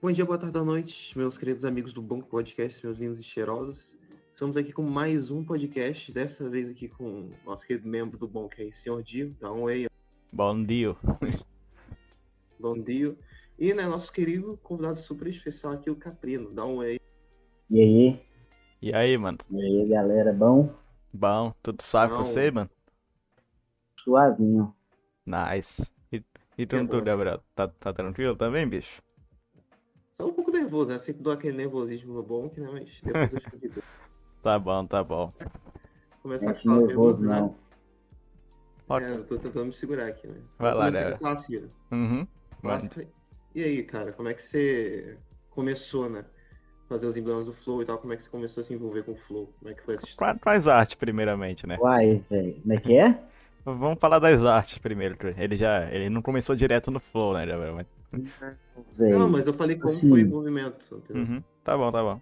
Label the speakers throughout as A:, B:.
A: Bom dia, boa tarde, boa noite, meus queridos amigos do Banco Podcast, meus lindos e cheirosos. Estamos aqui com mais um podcast, dessa vez aqui com o nosso querido membro do Banco, que é o Senhor Dio. Dá um oi,
B: Bom dia.
A: bom dia. E, né, nosso querido convidado super especial aqui, o Caprino. Dá um oi.
C: E aí,
B: E aí, mano?
C: e aí, galera, bom?
B: Bom, tudo suave
A: Bom.
B: com você, mano?
C: Suavinho.
B: Nice. E, e tu,
A: Que
B: tu
A: bom.
B: Gabriel? Tá, tá tranquilo também, bicho?
A: Só um pouco nervoso, né? Sempre dou aquele nervosismo no Bonk, né? Mas depois eu fico de boa.
B: Tá bom, tá bom.
A: Começar
C: Não
B: é
A: a
C: acho
A: falar
C: nervoso,
A: pergunta, né?
C: não.
B: Ok.
A: É, eu tô tentando me segurar aqui, né?
B: Vai lá,
A: Começar com
B: Débora.
A: a classe, né?
B: Uhum.
A: Mas,
B: Mano,
A: E aí, cara, como é que você começou, né? Fazer os emblemas do Flow e tal, como é que você começou a se envolver com o Flow? Como é que foi essa história?
B: fa- faz arte primeiramente, né?
C: Uai, velho. Como é que é?
B: Vamos falar das artes primeiro. tu. Ele já, ele não começou direto no flow, né, Gabriel? Mas-
C: Véi,
A: Não, mas eu falei como
C: Assim.
A: foi o envolvimento, entendeu?
B: Uhum. Tá bom, tá bom.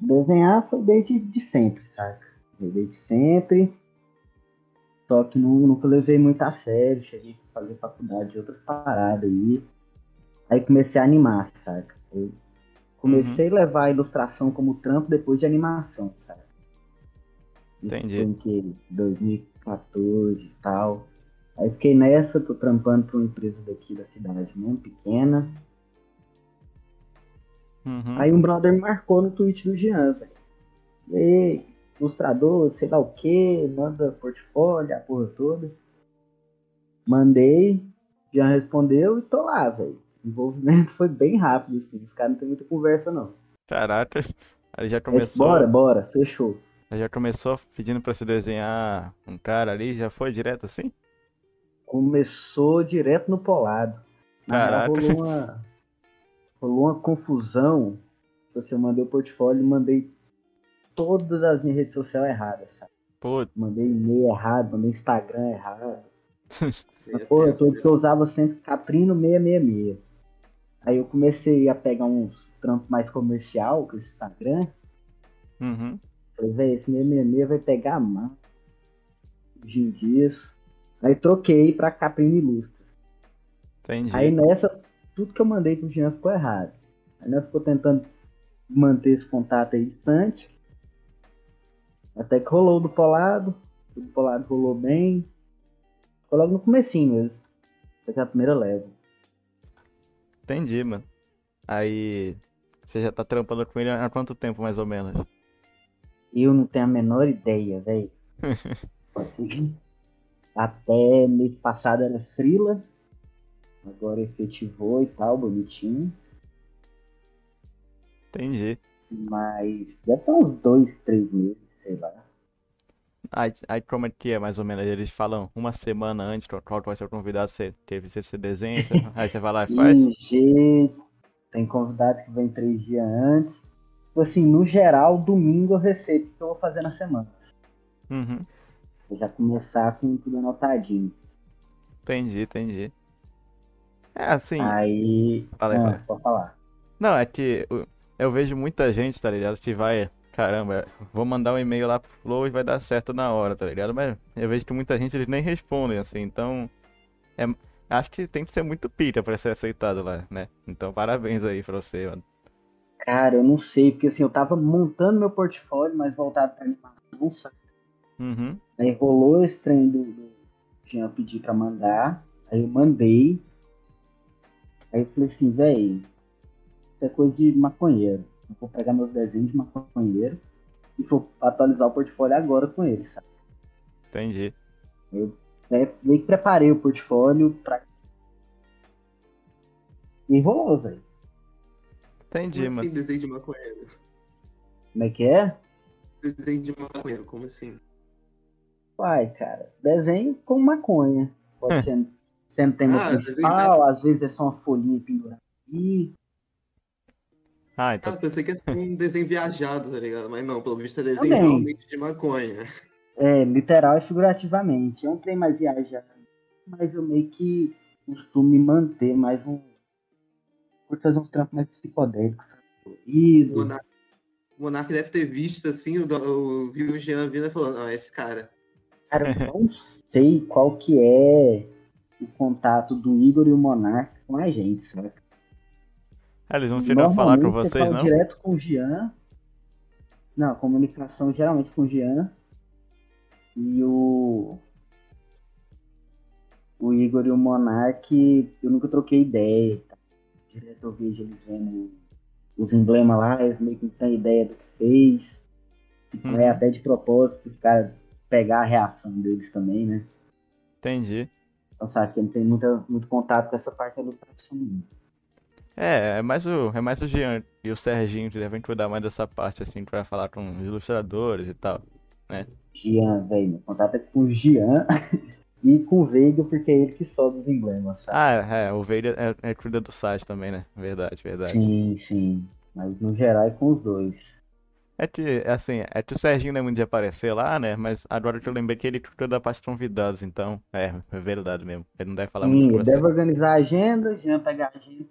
C: Desenhar foi desde de sempre, saca? Desde sempre. Só que nu- nunca levei muito a sério. Cheguei a fazer faculdade, outra parada aí. Aí comecei a animar, saca? Eu comecei a levar a ilustração como trampo depois de animação, saca? Isso
B: Entendi.
C: foi Em que? 2014 e tal. Aí fiquei nessa, tô trampando pra uma empresa daqui da cidade mesmo, pequena.
B: Uhum.
C: Aí um brother me marcou no tweet do Jean, velho. E aí, ilustrador, sei lá o que, manda portfólio, a porra toda. Mandei, Jean respondeu e tô lá, velho. O envolvimento foi bem rápido, assim. Os caras não tem muita conversa, não.
B: Caraca. Ele já
C: Mas
B: começou,
C: bora, bora, fechou.
B: ele já começou pedindo pra se desenhar um cara ali, já foi direto assim?
C: Começou direto no polado. Na real,
B: Caraca.
C: rolou uma, rolou uma confusão. Você mandei o portfólio e mandei todas as minhas redes sociais erradas, sabe?
B: Pô,
C: Mandei e-mail errado, mandei Instagram errado.
A: Aí é
C: Pô, eu,
A: tenso,
C: tô-
A: né?
C: eu usava sempre Caprino 666. Aí eu comecei a pegar uns trampos mais comercial com esse Instagram.
B: uhum.
C: Falei, velho, esse 666 vai pegar a mão. Hoje em dia. isso. Aí troquei pra Caprino Ilustra.
B: Entendi.
C: Aí nessa, tudo que eu mandei pro Jean ficou errado. Aí nós ficou tentando manter esse contato aí distante. Até que rolou do Polado. O do Polado rolou bem. Ficou logo no comecinho mesmo. Foi a primeira leva.
B: Entendi, mano. Aí você já tá trampando com ele há quanto tempo, mais ou menos?
C: Eu não tenho a menor ideia, velho. Até mês passado era frila. Agora efetivou e tal, bonitinho.
B: Entendi.
C: Mas já tem uns dois, três meses, sei lá.
B: Aí, aí como é que é, mais ou menos? Eles falam uma semana antes qual, qual vai ser o convidado, você teve você, você desenha, você- aí você vai lá e faz.
C: Ih, jeito. Tem convidado que vem três dias antes. Tipo assim, no geral, domingo eu recebo o que eu vou fazer na semana.
B: Uhum.
C: Eu já começar com tudo anotadinho.
B: Entendi, entendi. É assim,
C: Ah, Aí.
B: fala aí,
C: Ah,
B: fala. aí.
C: pode falar.
B: Não, é que eu- eu vejo muita gente, tá ligado? Que vai, caramba, vou mandar um e-mail lá pro Flow e vai dar certo na hora, tá ligado? Mas eu vejo que muita gente eles nem respondem, assim, então. é- acho que tem que ser muito pica pra ser aceitado lá, né? Então, parabéns aí pra você, mano.
C: Cara, eu não sei, porque assim, eu tava montando meu portfólio, mas voltado pra animação, sabe?
B: Uhum,
C: Aí rolou esse trem do, do Jean pedir pra mandar. Aí eu mandei. Aí eu falei assim, véi, isso é coisa de maconheiro. Eu vou pegar meus desenhos de maconheiro e vou atualizar o portfólio agora com ele, sabe?
B: entendi.
C: Aí meio que preparei o portfólio pra. E rolou, velho.
B: Entendi,
A: Como assim
B: mano.
A: desenho de maconheiro?
C: Como é que é?
A: Desenho de maconheiro, como assim?
C: Pai, cara, desenho com maconha. Pode ser sendo tema
A: Ah, desenho
C: principal, às vezes é só uma folhinha pendurada aqui. tá
B: Ah,
A: Ah,
B: então.
A: pensei que ia ser um desenho viajado, tá ligado? Mas não, pelo visto é desenho
C: Também.
A: realmente de maconha.
C: É, literal e figurativamente. Eu não tenho mais viajar, mas eu meio que costumo me manter mais um. Por fazer uns trampos mais psicodélicos.
A: O
C: coloridos.
A: Monark, o Monark deve ter visto, assim, o, o, viu o Jean vindo e falou, ah, esse cara.
C: Cara, eu não sei qual que é o contato do Igor e o Monark com a gente, sabe?
B: Ah, eles não se a falar com
C: Normalmente,
B: vocês,
C: fala
B: não?
C: direto com o Jean. Não, comunicação geralmente com o Jean. E o. O Igor e o Monark, eu nunca troquei ideia. e tal. Direto eu vejo eles vendo os emblemas lá, eles meio que não têm ideia do que fez. Então
B: Uhum.
C: é até de propósito pros caras pegar a reação deles também, né?
B: Entendi.
C: Então sabe que não tem muita, muito contato com essa parte da educação. não.
B: É, é mais o, é mais o Jean e o Serginho que devem cuidar mais dessa parte, assim, pra falar com os ilustradores e tal.
C: Gian, velho. Meu contato é com o Gian e com o Veiga, porque é ele que sobe os emblemas, sabe?
B: Ah, é, o Veira é, é cuida do site também, né? Verdade, verdade.
C: sim, sim. Mas no geral é com os dois.
B: É que, assim, é que o Serginho não é muito de aparecer lá, né? Mas agora que eu lembrei que ele cuida da parte de convidados, então, é, é verdade mesmo. Ele não deve falar muito
C: sim,
B: com
C: ele
B: você.
C: deve organizar a agenda, o Gian pega a agenda.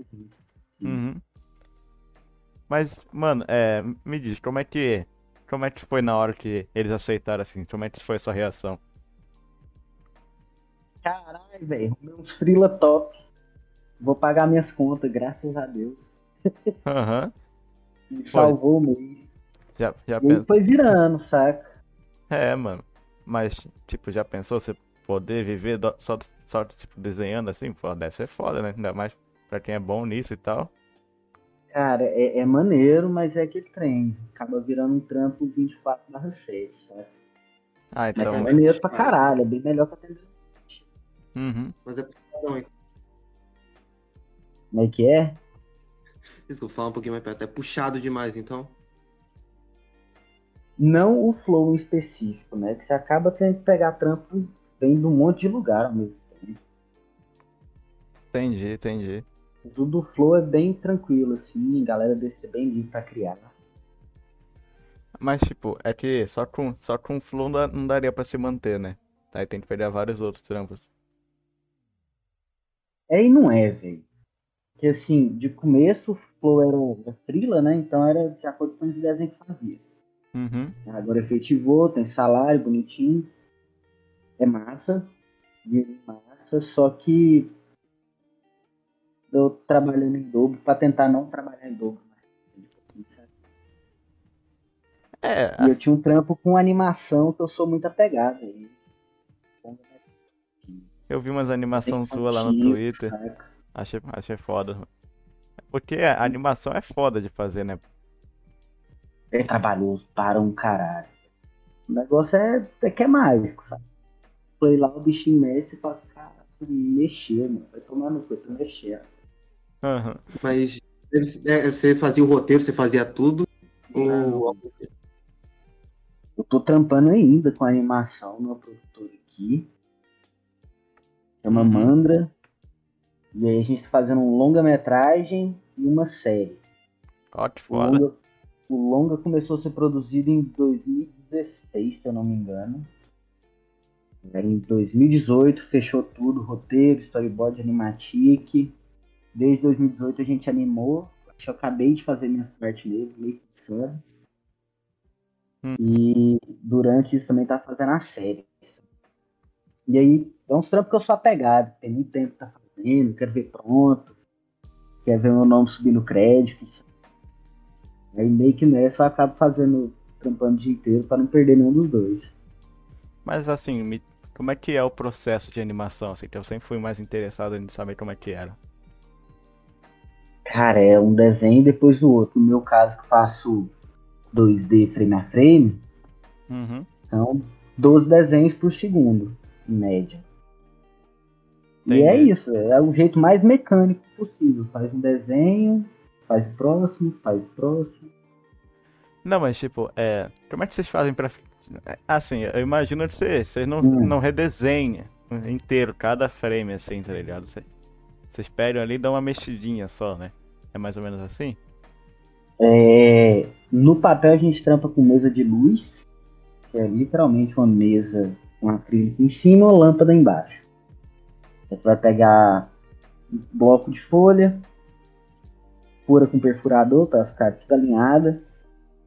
C: assim,
B: Uhum. Mas, mano, é, me diz, como é que, como é que foi na hora que eles aceitaram, assim? Como é que foi a sua reação?
C: Caralho, velho, arrumei uns frila top. Vou pagar minhas contas, graças a Deus.
B: Aham.
C: Me salvou o meio.
B: Já, já
C: E aí
B: pensou?
C: foi virando, saca?
B: É, mano. Mas, tipo, já pensou você poder viver do- só, só, tipo, desenhando assim? Pô, deve ser foda, né? Ainda mais pra quem é bom nisso e tal.
C: Cara, é, é maneiro, mas é aquele trem. Acaba virando um trampo 24 barra 6, saca?
B: Ah,
C: Mas
B: então.
C: é maneiro pra caralho, é bem melhor que atender.
B: Uhum.
A: Mas é não, é-
C: Como é que é?
A: desculpa, falar um pouquinho mais perto. É puxado demais, então.
C: não o flow em específico, né? Que você acaba tendo que pegar trampo vem de um monte de lugar ao mesmo tempo.
B: Entendi, entendi.
C: O do flow é bem tranquilo, assim, a galera deixa bem livre pra criar.
B: Mas, tipo, é que só com, só com o Flow não dá- não daria pra se manter, né? Aí tem que pegar vários outros trampos.
C: É e não é, velho. Porque assim, de começo o flow era, era frila, né? Então era de acordo com os desenhos que fazia.
B: Uhum.
C: Agora é efetivou, tem salário bonitinho. É massa. Dinheiro massa, só que eu trabalhando em dobro pra tentar não trabalhar em dobro. Né?
B: É,
C: E eu tinha um trampo com animação que eu sou muito apegado. é aí.
B: eu vi umas animações
C: Tem
B: suas lá no
C: fotinho,
B: Twitter.
C: saca?
B: Achei, achei foda. Porque a animação é foda de fazer, né?
C: É trabalhoso para um caralho. O negócio é, é que é mágico, sabe? Foi lá o bichinho mexe e fala, cara, tu mexeu, mano. Vai tomar no cu, tu mexeu.
B: Aham.
A: Mas deve- é, você fazia o roteiro, você fazia tudo. Ou...
C: Ah, Eu tô trampando ainda com animação numa produtora aqui. Chama
B: Uhum.
C: Mandra. E aí a gente tá fazendo um longa-metragem e uma série.
B: Ó, que
C: O
B: foda.
C: longa, o longa começou a ser produzido em 2016, se eu não me engano. Aí Em 2018 fechou tudo, roteiro, storyboard, animatic. Desde 2018 a gente animou. Acho que eu acabei de fazer minhas partes nele, meio que só.
B: Hum.
C: E durante isso também tá fazendo a série. E aí, é uns trampos que eu sou apegado. Tem muito tempo que tá fazendo, quero ver pronto. Quero ver meu nome subir no crédito, Aí meio que nessa eu acabo fazendo, trampando o dia inteiro pra não perder nenhum dos dois.
B: Mas assim, me- como é que é o processo de animação? Assim, que eu sempre fui mais interessado em saber como é que era.
C: Cara, é um desenho depois do outro. No meu caso, que eu faço 2D frame a frame,
B: Uhum.
C: são 12 desenhos por segundo, em média. E é
B: Entendi.
C: isso, é o jeito mais mecânico possível. Faz um desenho, faz o próximo, faz o próximo.
B: Não, mas tipo, é, como é que vocês fazem pra. fi- é, Assim, eu imagino que vocês, vocês não,
C: Hum.
B: não redesenham inteiro, cada frame, assim, tá ligado? Vocês, vocês pegam ali e dão uma mexidinha só, né? É mais ou menos assim?
C: É, no papel a gente trampa com mesa de luz, que é literalmente uma mesa com acrílico em cima e uma lâmpada embaixo. Você vai pegar um bloco de folha, fura com perfurador para ficar tudo alinhada.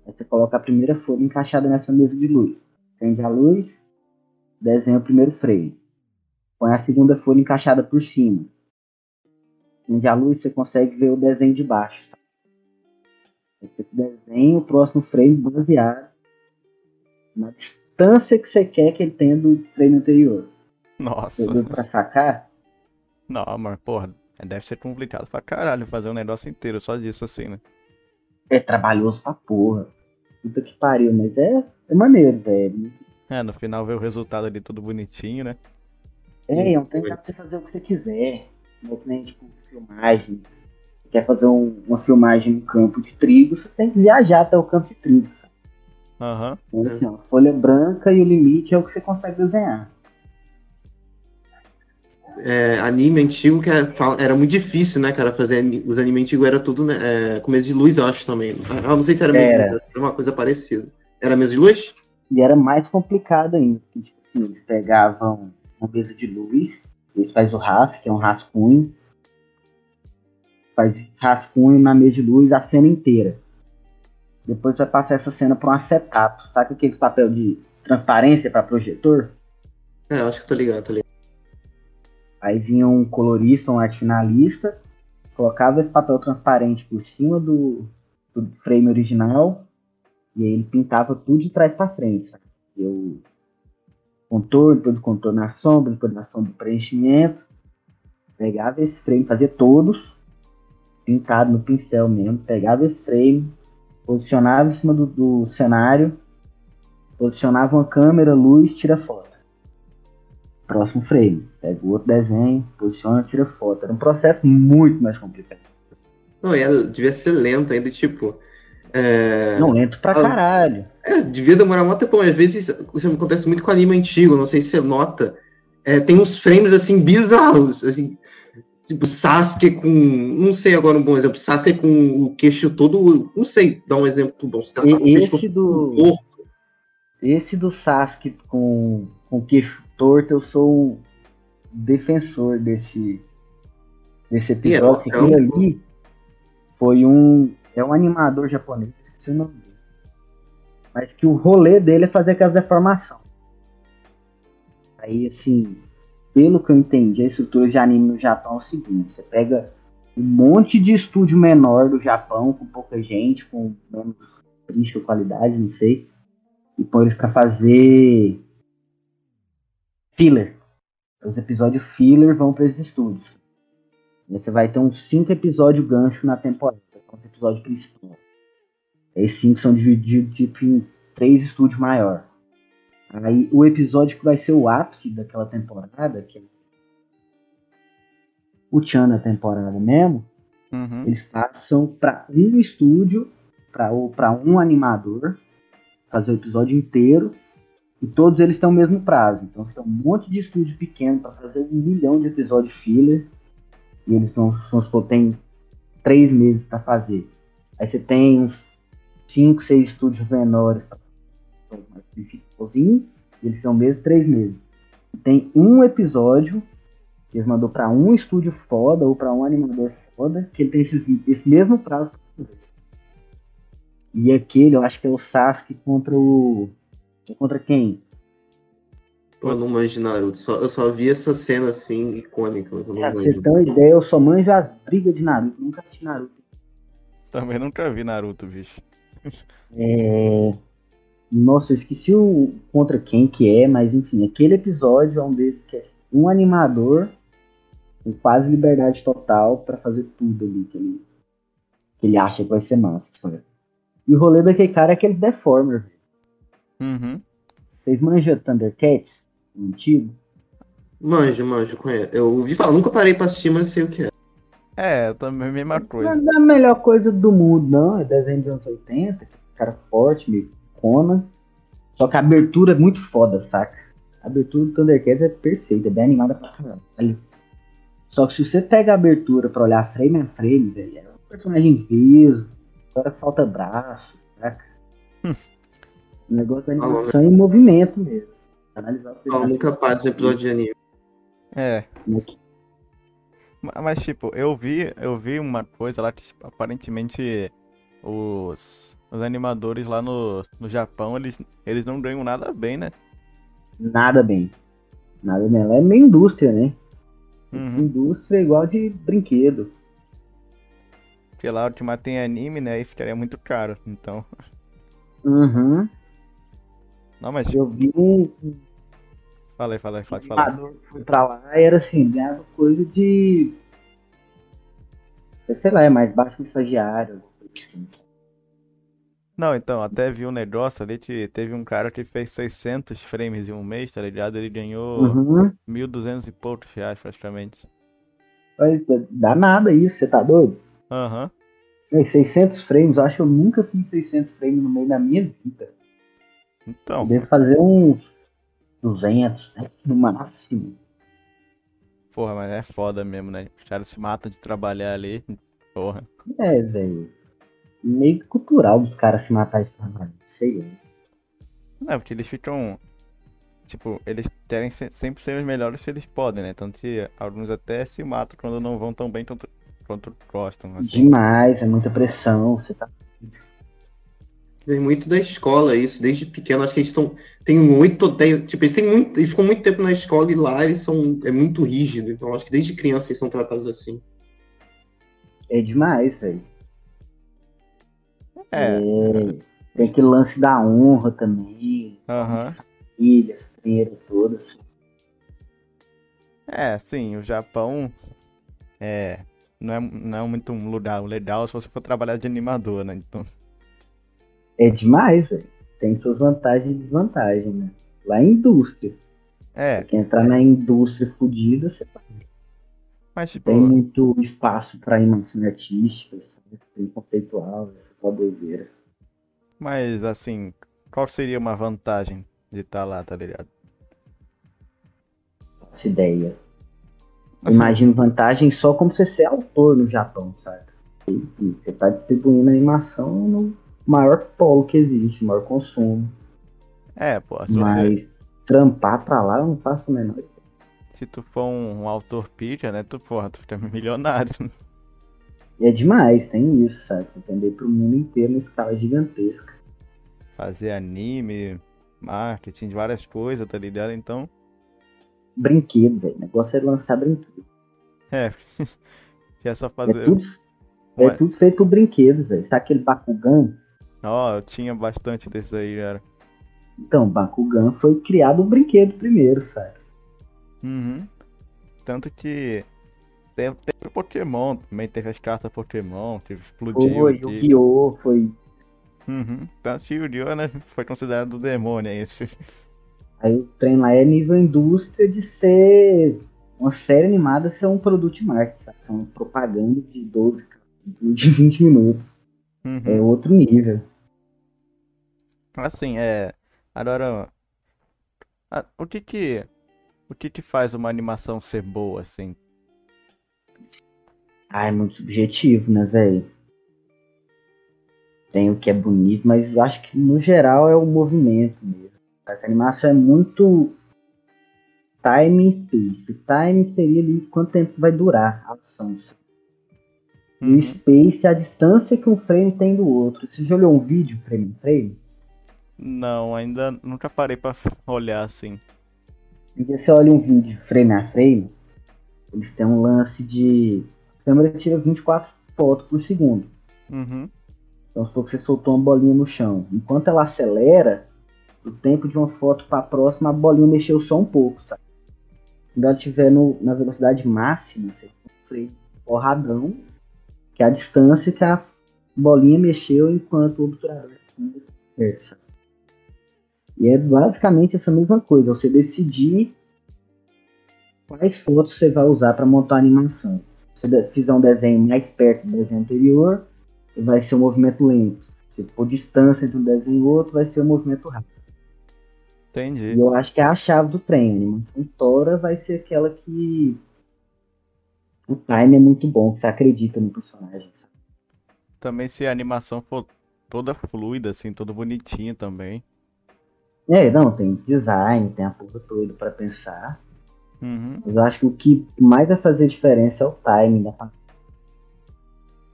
C: Aí você coloca a primeira folha encaixada nessa mesa de luz. Acende a luz, desenha o primeiro freio. Põe a segunda folha encaixada por cima. onde a luz você consegue ver o desenho de baixo. Tá? Você desenha o próximo frame baseado na distância que você quer que ele tenha do frame anterior.
B: Nossa.
C: Entendeu? Pra sacar,
B: Não, mas porra, deve ser complicado pra caralho fazer um negócio inteiro só disso assim, né?
C: é trabalhoso pra porra. Puta que pariu, mas é, é maneiro, velho.
B: É, no final ver o resultado ali tudo bonitinho, né?
C: É, é um tempo pra você fazer o que você quiser. Não é que nem, tipo, filmagem. Você quer fazer um- uma filmagem no campo de trigo, você tem que viajar até o campo de trigo.
B: Aham.
C: Então, assim, ó, folha branca e o limite é o que você consegue desenhar.
A: É, anime antigo que era, fala- era muito difícil, né, cara, fazer ani- os anime antigos era tudo né, é, com mesa de luz, eu acho também. Eu não sei se era mesa de
C: Era.
A: luz, era uma coisa parecida. Era mesa de luz?
C: E era mais complicado ainda, porque, tipo assim, eles pegavam uma mesa de luz, eles fazem o rasp, que é um rascunho, faz rascunho na mesa de luz a cena inteira. Depois vai passar essa cena para um acetato, sabe aquele papel de transparência para projetor?
A: É, eu acho que tô ligado, tô ligado.
C: Aí vinha um colorista, um arte finalista, colocava esse papel transparente por cima do, do frame original e aí ele pintava tudo de trás pra frente. sabe? E o contorno, depois o contorno na sombra, depois na sombra o preenchimento. Pegava esse frame, fazia todos, pintado no pincel mesmo, pegava esse frame, posicionava em cima do, do cenário, posicionava uma câmera, luz, tira foto. Próximo frame. Pega o outro desenho, posiciona, tira foto. Era um processo muito mais complicado.
A: Não, era, devia ser lento ainda, tipo. É,
C: Não lento pra
A: Ah.
C: caralho.
A: é, devia demorar muito tempo. Às vezes isso acontece muito com anime antigo, não sei se você nota. É, tem uns frames assim bizarros, assim. Tipo, Sasuke com. Não sei agora um bom exemplo. Sasuke com o queixo todo. Não sei dar um exemplo bom. Se ela tá com o
C: E-
A: pescoço
C: esse
A: todo
C: do. Esse do Sasuke com, com o queixo torto, eu sou o defensor desse, desse
A: Sim, é
C: episódio.
A: bacana.
C: Aquele ali foi um. É um animador japonês, esqueci o nome dele. Mas que o rolê dele é fazer aquelas deformação. Aí, assim, pelo que eu entendi, a estrutura de anime no Japão é o seguinte: você pega um monte de estúdio menor do Japão, com pouca gente, com menos triste qualidade, não sei, e põe Então, eles pra fazer filler. Então, Os episódios filler vão pra esses estúdios. E aí você vai ter uns cinco episódios gancho na temporada, com os episódios principais. Esses cinco são divididos tipo, em três estúdios maior. Aí o episódio que vai ser o ápice daquela temporada, que é o Tchan na temporada mesmo,
B: Uhum.
C: eles passam para um estúdio, para um animador, fazer o episódio inteiro, e todos eles têm o mesmo prazo. Então, você tem um monte de estúdio pequeno para fazer um milhão de episódios filler, e eles vão, vamos supor, tem três meses para fazer. Aí você tem uns cinco, seis estúdios menores para fazer mais principalzinho, e eles são mesmo três meses. E tem um episódio que eles mandou pra um estúdio foda ou pra um animador foda, que ele tem esses, esse mesmo prazo pra fazer. E aquele, eu acho que é o Sasuke contra o. Contra quem?
A: Pô, eu não manjo de Naruto. Só- eu só vi essa cena assim, icônica, mas eu não
C: Pra É, você tá-
A: manjo.
C: ter uma ideia, eu só manjo as brigas de Naruto, nunca assisti Naruto.
B: Também nunca vi Naruto, bicho.
C: É... Nossa, eu esqueci o contra quem que é, mas enfim, aquele episódio é um desses que é um animador com quase liberdade total pra fazer tudo ali que ele, que ele acha que vai ser massa. sabe? E o rolê daquele cara é aquele Deformer.
B: Uhum.
C: Vocês manjam Thundercats? O Antigo?
A: Manjo, manjo, conheço. Eu ouvi falar, nunca parei pra assistir, mas sei o que é.
B: É, também a mesma coisa.
C: Não é a melhor coisa do mundo, não. É desenho dos anos 80, cara forte, meio cona. Só que a abertura é muito foda, saca? A abertura do Thundercats é perfeita, é bem animada pra caralho. Só que se você pega a abertura pra olhar frame a frame, velho, é um personagem liso, agora falta braço, saca? o negócio é animação em movimento mesmo. Analisar o
A: Eu
C: personagem.
A: nunca parei de episódio de anime.
B: É,
C: como é que
B: Ma- Mas tipo, eu vi, eu vi uma coisa lá que tipo, aparentemente os, os animadores lá no, no Japão, eles, eles não ganham nada bem, né?
C: Nada bem. Nada bem. Ela é meio indústria, né?
B: Uhum.
C: Indústria igual de brinquedo.
B: Porque lá Ultimate tem anime, né? E ficaria muito caro. Então.
C: Uhum.
B: Não, mas tipo,
C: Eu vi um
B: fala aí, fala aí, Flávio, fala aí.
C: animador que foi pra lá e era assim, ganhava coisa de. Sei lá, é mais baixo que estagiário. alguma coisa assim.
B: Não, então, até vi um negócio ali que teve um cara que fez 600 frames em um mês, tá ligado? Ele ganhou
C: Uhum.
B: 1.200 e poucos reais, praticamente.
C: Mas dá nada isso, você tá doido?
B: Aham.
C: Ei, 600 frames, eu acho que eu nunca fiz 600 frames no meio da minha vida.
B: Então,
C: Eu devo fazer uns 200, né, no máximo.
B: porra, mas é foda mesmo, né? Os caras se matam de trabalhar ali. Porra.
C: É, velho. Meio que cultural dos caras se matar de trabalho. Sei lá.
B: Não, é porque eles ficam. Tipo, eles querem se- sempre ser os melhores que eles podem, né? Tanto que alguns até se matam quando não vão tão bem quanto, quanto gostam, assim.
C: Demais, é muita pressão. Você tá.
A: Vem muito da escola isso, desde pequeno. Acho que eles estão. Tem muito. Tem, tipo, eles têm muito. Eles ficam muito tempo na escola e lá eles são. É muito rígido. Então acho que desde criança eles são tratados assim.
C: É demais, velho.
B: É,
C: Tem aquele lance da honra também.
B: aham.
C: Ilha, dinheiro todo, assim.
B: É, sim, o Japão é não é, não é muito um lugar legal se você for trabalhar de animador, né? Então,
C: É demais, velho. Tem suas vantagens e desvantagens, né? Lá é indústria.
B: é,
C: Quer entrar na indústria fodida, você tá
B: mas tipo,
C: tem muito espaço para inovação artística, sabe? tem conceitual, né? só doideira.
B: mas assim, qual seria uma vantagem de estar lá, tá ligado?
C: essa ideia. Imagino vantagem só como você ser autor no Japão, sabe? E- e Você tá distribuindo animação no maior polo que existe, maior consumo.
B: É, pô, se você
C: Mas trampar pra lá eu não faço a menor ideia.
B: se tu for um, um autor pitcher, né, tu porra, tu fica milionário. né?
C: E é demais, tem isso, sabe? Você Vender pro mundo inteiro numa escala gigantesca.
B: Fazer anime, marketing, de várias coisas, tá ligado? Então,
C: Brinquedo, velho. O negócio é lançar brinquedo.
B: é, que é só
C: É
B: fazer.
C: tudo, é
B: Ué.
C: tudo feito por brinquedo, velho. Sabe aquele Bakugan?
B: Ó, eu tinha bastante desses aí, cara.
C: Então, Bakugan foi criado um brinquedo primeiro, sabe?
B: Uhum. Tanto que teve, teve Pokémon, também teve as cartas Pokémon, que explodiu.
C: Foi,
B: que-
C: o Guiô, foi.
B: Uhum. Tanto que o Yu-Gi-Oh! né, foi considerado o demônio, é isso.
C: Aí o trem lá é nível indústria de ser uma série animada ser um produto de marketing, sabe? Uma propaganda de 12, de 20 minutos. É
B: Uhum.
C: outro nível.
B: Assim, é. Agora, a- o que que. O que que faz uma animação ser boa, assim?
C: Ah, é muito subjetivo, né, velho? Tem o que é bonito, mas eu acho que no geral é o movimento mesmo. Essa animação é muito time e space. O time seria ali quanto tempo vai durar a ação. E
B: Uhum.
C: o space é a distância que um frame tem do outro. Você já olhou um vídeo frame em frame?
B: Não, ainda nunca parei pra olhar assim.
C: Um dia você olha um vídeo frame a frame, eles têm um lance de. A câmera tira 24 fotos por segundo.
B: Uhum.
C: Então, se você soltou uma bolinha no chão, enquanto ela acelera, o tempo de uma foto para a próxima, a bolinha mexeu só um pouco, sabe? Quando ela estiver no- na velocidade máxima, você tem um freio porradão, que é a distância que a bolinha mexeu enquanto o obturador conversa. E é basicamente essa mesma coisa, você decidir quais fotos você vai usar para montar a animação. Se você de- fizer um desenho mais perto do desenho anterior, vai ser um movimento lento. Se for distância entre um desenho e outro, vai ser um movimento rápido.
B: Entendi.
C: E eu acho que é a chave do trem. A animação Tora vai ser aquela que o time é muito bom, que você acredita no personagem. sabe?
B: Também se a animação for toda fluida, assim, toda bonitinha também.
C: É, não, tem design, tem a porra toda pra pensar.
B: Uhum.
C: Mas eu acho que o que mais vai fazer diferença é o timing da parada.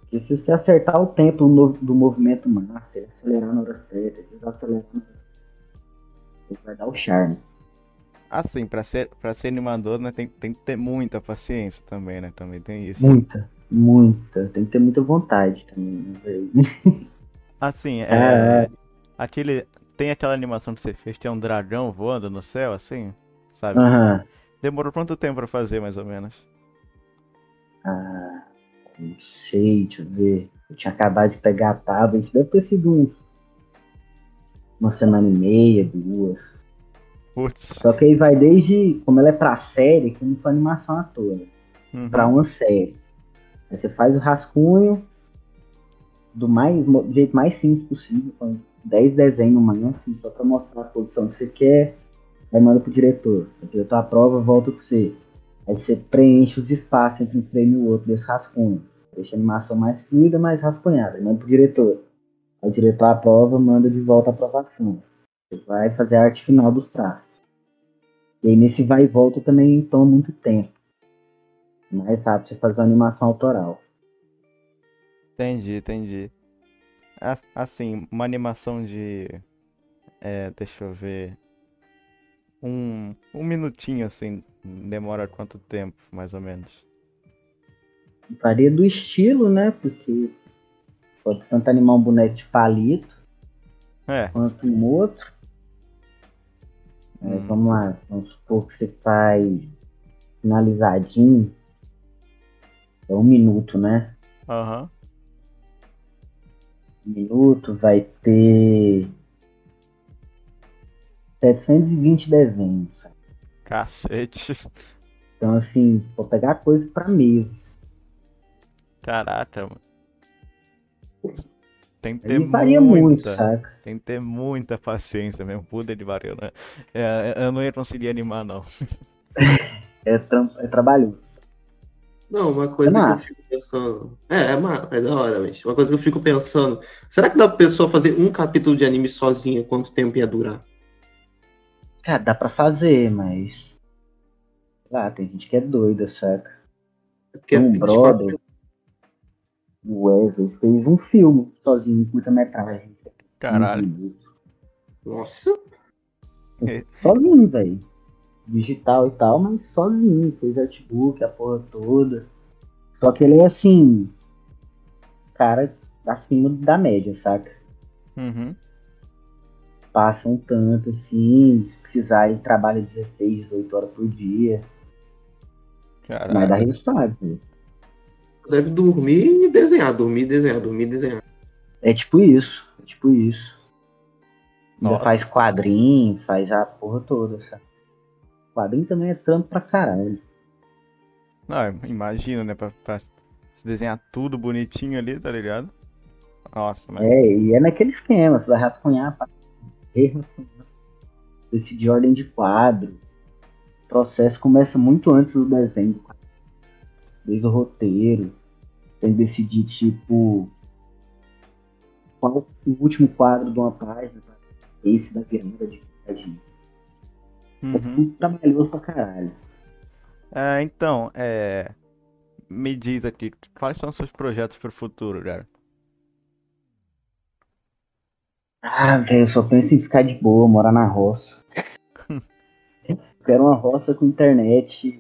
C: Porque se você acertar o tempo no- do movimento master, acelerar na hora certa, desacelerar na hora certa, vai dar o charme.
B: Assim, pra ser, pra ser animador, né, tem, tem que ter muita paciência também, né? Também tem isso.
C: Muita, muita. Tem que ter muita vontade também, né, velho?
B: Assim,
C: É.
B: é. Aquele. Tem aquela animação que você fez, tem um dragão voando no céu, assim, sabe?
C: Aham.
B: Demorou quanto tempo pra fazer, mais ou menos?
C: Ah, não sei, deixa eu ver. Eu tinha acabado de pegar a tábua, isso deve ter sido um- uma semana e meia, duas.
B: Putz.
C: Só que aí vai desde, como ela é pra série, que não foi animação à toa, né?
B: Uhum.
C: pra uma série. Aí você faz o rascunho do, mais, do jeito mais simples possível, com 10 desenhos numa mão, assim, só pra mostrar a produção que você quer, aí manda pro diretor. O diretor aprova, volta pra você. Aí você preenche os espaços entre um frame e o outro desse rascunho. Deixa a animação mais fluida, mais rascunhada. Aí manda pro diretor. Aí o diretor aprova, manda de volta a aprovação. Você vai fazer a arte final dos traços. E aí nesse vai e volta também toma muito tempo mais rápido você fazer uma animação autoral. um.
B: Entendi, entendi. A- Assim, uma animação de. É, deixa eu ver. Um, um minutinho assim, demora quanto tempo, mais ou menos?
C: Varia do estilo, né? Porque pode tanto animar um boneco de palito
B: É,
C: quanto um outro. É,
B: Hum.
C: Vamos lá, vamos supor que você faz finalizadinho. É um minuto, né?
B: aham.
C: Um minuto vai ter 720 desenhos. sabe?
B: Cacete.
C: Então assim, vou pegar coisa pra mesa.
B: Caraca, mano. Tem que ter
C: Aí varia muito,
B: É muita.
C: saca?
B: Tem que ter muita paciência mesmo. Puta de barulho, né? É, eu não ia conseguir animar, não.
C: É, tram- é trabalhoso.
A: Não, uma coisa
C: É
A: que eu
C: massa.
A: fico pensando. É, é, ma- é da hora, mas uma coisa que eu fico pensando. Será que dá pra pessoa fazer um capítulo de anime sozinha? Quanto tempo ia durar?
C: Cara, Ah, dá pra fazer, mas. sei Lá, tem gente que é doida, saca?
A: É né? Porque
C: um
A: 24
C: brother, o Wesley, fez um filme sozinho, curta-metragem.
B: Caralho.
C: Uhum.
A: Nossa,
C: Sozinho, velho. Digital e tal, mas sozinho. Fez artbook, a porra toda. Só que ele é assim. Cara, acima da média, saca?
B: Uhum.
C: Passa um tanto, assim. Se precisar, ele trabalha 16, 18 horas por dia. Mas dá
B: Caraca.
C: resultado, velho.
A: deve dormir e desenhar, dormir e desenhar, dormir e desenhar.
C: É tipo isso, é tipo isso. Ainda
B: Nossa.
C: faz quadrinho, faz a porra toda, sabe? Quadrinho também é trampo pra caralho.
B: Não, imagina, né? Pra, pra se desenhar tudo bonitinho ali, tá ligado? Nossa, mas.
C: É, e é naquele esquema, você vai rascunhar, pá, rascunhar, decidir ordem de quadro. O processo começa muito antes do desenho do quadro. Desde o roteiro, tem que decidir, tipo, qual o último quadro de uma página, tá? esse da virada de página. É
B: Uhum.
C: tudo trabalhoso pra caralho.
B: Ah, então, é. Me diz aqui, quais são os seus projetos pro futuro, cara?
C: Ah, velho, eu só penso em ficar de boa, morar na roça. Quero uma roça com internet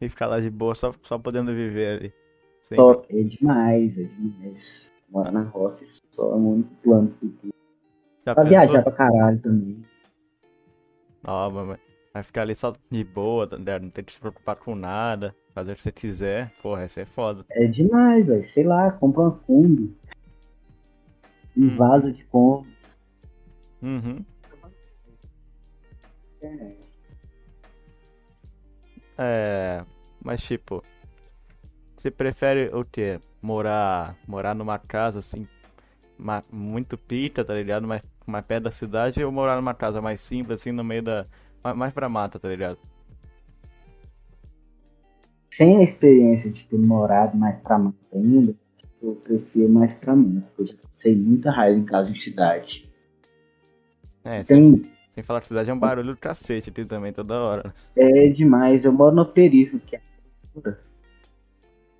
B: E ficar lá de boa, só, só podendo viver ali. Sem-
C: top. É demais, é demais. Morar na roça só é o único plano futuro.
B: Já
C: Pra
B: pensou?
C: viajar pra caralho também.
B: Ó, mas vai ficar ali só de boa, tá ligado? não tem que se preocupar com nada, fazer o que você quiser. Porra, isso é foda.
C: É demais, velho. Sei lá, compra uma Kombi. Um
B: Hum.
C: vaso de Kombi.
B: Uhum.
C: internet.
B: É, mas tipo, você prefere o quê? Morar, morar numa casa assim, ma- muito pica, tá ligado? Mas, mais perto da cidade ou morar numa casa mais simples, assim, no meio da. ma- Mais pra mata, tá ligado?
C: Sem a experiência de ter morado mais pra mata ainda, eu prefiro mais pra mata. porque Eu já passei muita raiva em casa em cidade.
B: É, sem,
C: Tem
B: sem falar que cidade é um barulho do cacete aqui também toda hora.
C: É demais. Eu moro no perífero, que é,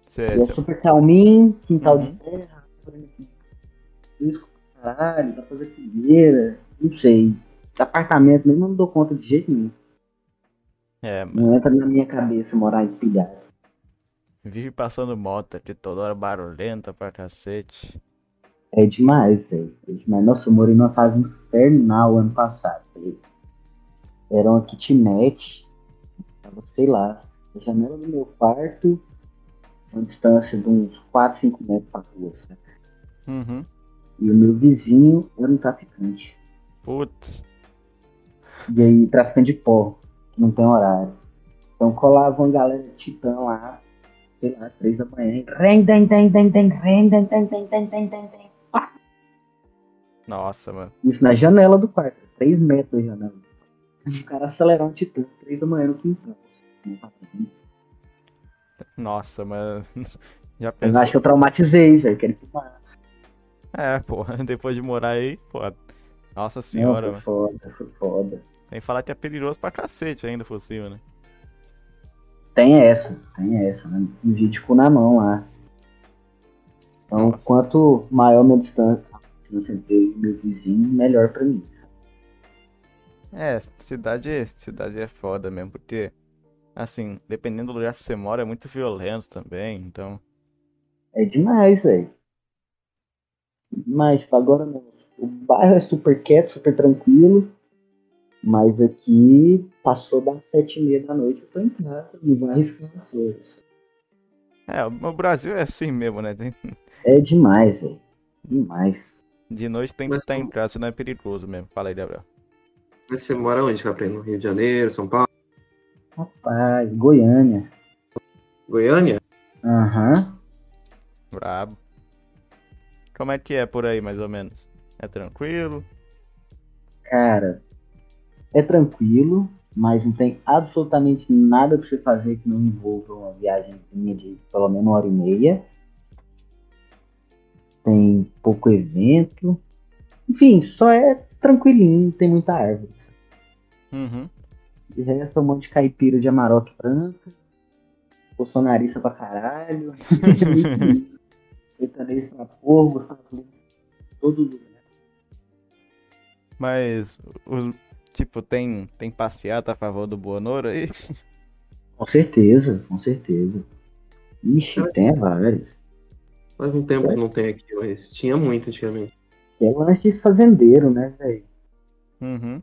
B: Você,
C: é super calminho, quintal
B: Uhum.
C: de terra, árvore, risco pra caralho, dá pra fazer fogueira, não sei. de apartamento mesmo, eu não dou conta de jeito nenhum.
B: É, mano.
C: Não entra na minha cabeça morar em pilhado.
B: Vive passando moto aqui toda hora barulhenta pra cacete.
C: É demais, velho. É demais. Nossa, eu morei numa fase infernal ano passado. velho. Era uma kitnet. Tava, sei lá, a janela do meu quarto, uma distância de uns 4, 5 metros pra rua, assim. sabe?
B: Uhum.
C: E o meu vizinho era um traficante.
B: Putz.
C: E aí, traficante de pó, que não tem horário. Então colava uma galera de titã lá, sei lá, três da manhã. Rem, dem, dem, dem, dem, rem, dem, dem, dem, dem, dem, dem, dem.
B: Nossa, mano.
C: Isso na janela do quarto, três metros da janela. O cara acelerar um titã, três da manhã no quintal.
B: Nossa, mano. Já
C: Eu
B: pensou?
C: acho que eu traumatizei, velho. Quero fumar.
B: É, porra. Depois de morar aí, pô. Nossa
C: Não,
B: senhora,
C: foi
B: mano.
C: foda, foi foda.
B: Tem que falar que é perigoso pra cacete ainda por cima, né?
C: Tem essa, tem essa, né? Um vídeo cu na mão lá. Então,
B: Nossa.
C: quanto maior minha distância, a distância entre eu e meu vizinho, melhor pra mim.
B: É, cidade, cidade é foda mesmo, porque, assim, dependendo do lugar que você mora, é muito violento também, então.
C: É demais, velho. Mas tipo, agora não. O bairro é super quieto, super tranquilo. Mas aqui passou das sete e meia da noite, eu tô em casa e vai arriscando as coisas.
B: É, o o Brasil é assim mesmo, né? Tem-
C: É demais, velho. Demais.
B: De noite tem que
A: Mas
B: estar em
A: como-
B: casa, senão é perigoso mesmo. Fala aí, Gabriel.
A: Mas você mora onde, Capri? No Rio de Janeiro, São Paulo,
C: Rapaz, Goiânia.
A: Goiânia?
C: Aham.
B: Brabo. Como é que é por aí, mais ou menos? É tranquilo?
C: Cara, é tranquilo, mas não tem absolutamente nada pra você fazer que não envolva uma viagem de pelo menos uma hora e meia. Tem pouco evento. Enfim, só é tranquilinho, não tem muita árvore.
B: Uhum.
C: De resto, é um monte de caipira de amarok branca, bolsonarista pra caralho, sertanejo pra porra, Gustavo Lima, todo lugar.
B: Mas, os- tipo, tem, tem passeata a favor do Bonoro aí?
C: Com certeza, com certeza. Ixi, tem vários.
A: Faz um
C: É.
A: tempo que não tem aqui, mas tinha muito antigamente.
C: Que é lanche de fazendeiro, né, velho?
B: Uhum.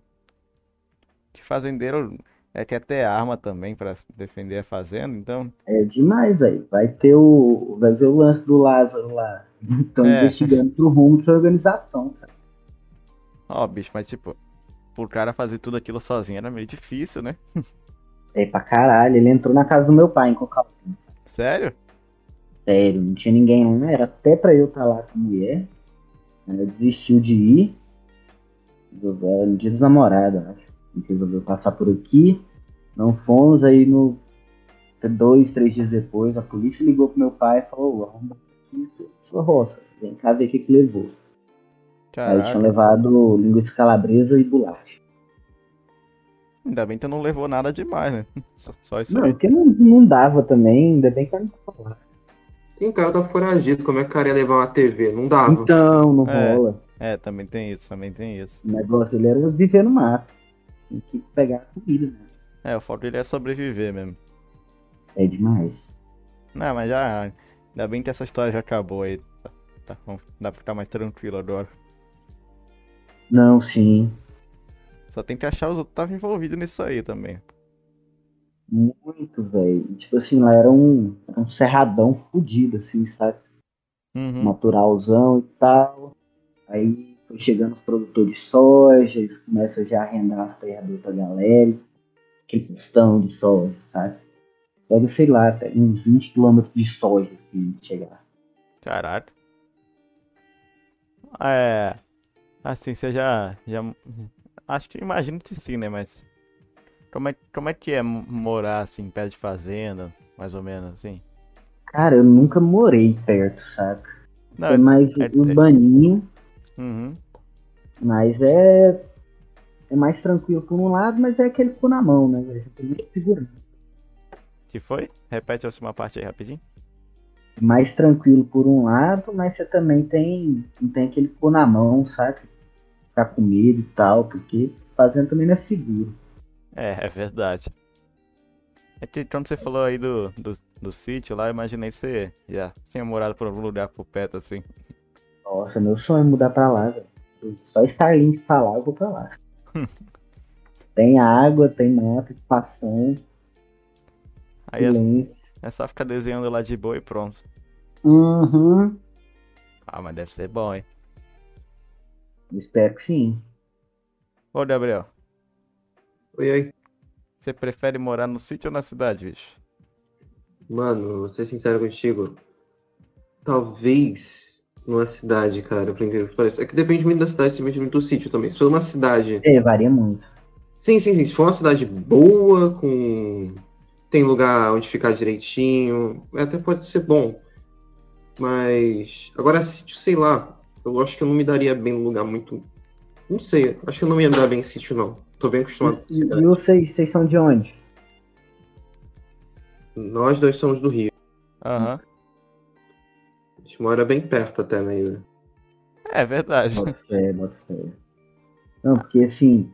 B: Que fazendeiro é que até arma também pra defender a fazenda, então.
C: É demais, velho. Vai ter o. Vai ver o lance do Lázaro lá. Estão
B: É.
C: investigando pro rumo dessa organização, cara.
B: Ó, bicho, mas tipo, pro cara fazer tudo aquilo sozinho era meio difícil, né?
C: É pra caralho. Ele entrou na casa do meu pai em Cocalzinho.
B: Sério?
C: Sério, não tinha ninguém lá. Era até pra eu estar lá com a mulher. Ela desistiu de ir. Resolveu- é No dia dos namorados, eu acho. A gente resolveu passar por aqui. Não fomos. Aí, no. Dois, três dias depois, a polícia ligou pro meu pai e falou: "Ô, arruma aqui sua roça. Vem cá ver o que, que levou. Aí tinham
B: Caraca.
C: levado linguiça calabresa e bolacha.
B: Ainda bem que não levou nada demais, né? Só, só isso
C: Não,
B: aí.
C: porque não, não dava também, ainda bem que eu não vou falar.
A: Tem um cara da foragido, como é que o cara ia levar uma TV? Não dava.
C: Então, não
B: É.
C: rola.
B: É, também tem isso, também tem isso.
C: O negócio ele era viver no mato. Tem que pegar a comida, né?
B: É, o foco dele é sobreviver mesmo.
C: É demais.
B: Não, mas já. Ainda bem que essa história já acabou aí. Tá, tá bom, dá pra ficar mais tranquilo agora.
C: Não, sim.
B: Só tem que achar os outros que estavam envolvidos nisso aí também.
C: Muito, velho. Tipo assim, lá era um, era um serradão fudido, assim, sabe?
B: Uhum.
C: Naturalzão e tal. Aí foi chegando os produtores de soja, eles começam já a arrendar as terras da outra galera. Aquele custão de soja, sabe? Pega, sei lá, pega uns 20 quilômetros de soja, assim, de chegar.
B: Caraca. É. Assim, você já. já acho que imagino que sim, né? Mas. Como é, como é que é mo- morar assim, perto de fazenda, mais ou menos assim?
C: Cara, eu nunca morei perto, sabe?
B: Não,
C: É mais
B: é- é-
C: urbaninho,
B: uhum.
C: mas é. É mais tranquilo por um lado, mas é aquele cu na mão, né, velho? Tem muito segurança.
B: Que foi? Repete a última parte aí rapidinho.
C: Mais tranquilo por um lado, mas você também tem, não tem aquele cu na mão, sabe? Ficar com medo e tal, porque fazendo também não é seguro.
B: É, é verdade. É que quando você falou aí do, do, do sítio lá, eu imaginei que você já tinha morado por algum lugar por perto assim.
C: Nossa, meu sonho é mudar pra lá, velho. Só Starlink pra lá, eu vou pra lá. tem água, tem mata, passão.
B: Aí é, é só ficar desenhando lá de boa e pronto.
C: Uhum.
B: Ah, mas deve ser bom, hein?
C: Espero que sim.
B: Ô, Gabriel,
A: Oi, oi.
B: você prefere morar no sítio ou na cidade, bicho?
A: Mano, vou ser sincero contigo. Talvez numa cidade, cara, por incrível que pareça. É que depende muito da cidade, depende muito do sítio também. Se for uma cidade.
C: É, varia muito.
A: Sim, sim, sim. Se for uma cidade boa, com. Tem lugar onde ficar direitinho. Até pode ser bom. Mas. Agora, sítio, sei lá. Eu acho que eu não me daria bem num lugar muito. Não sei. Acho que eu não ia me dar bem em sítio, não. Tô bem acostumado com
C: E,
A: cidade.
C: e vocês, vocês são de onde?
A: Nós dois somos do Rio.
B: Aham.
C: Hum.
A: A gente mora bem perto até, né? Igor?
B: É verdade.
C: Bota fé, bota fé. Não, porque assim,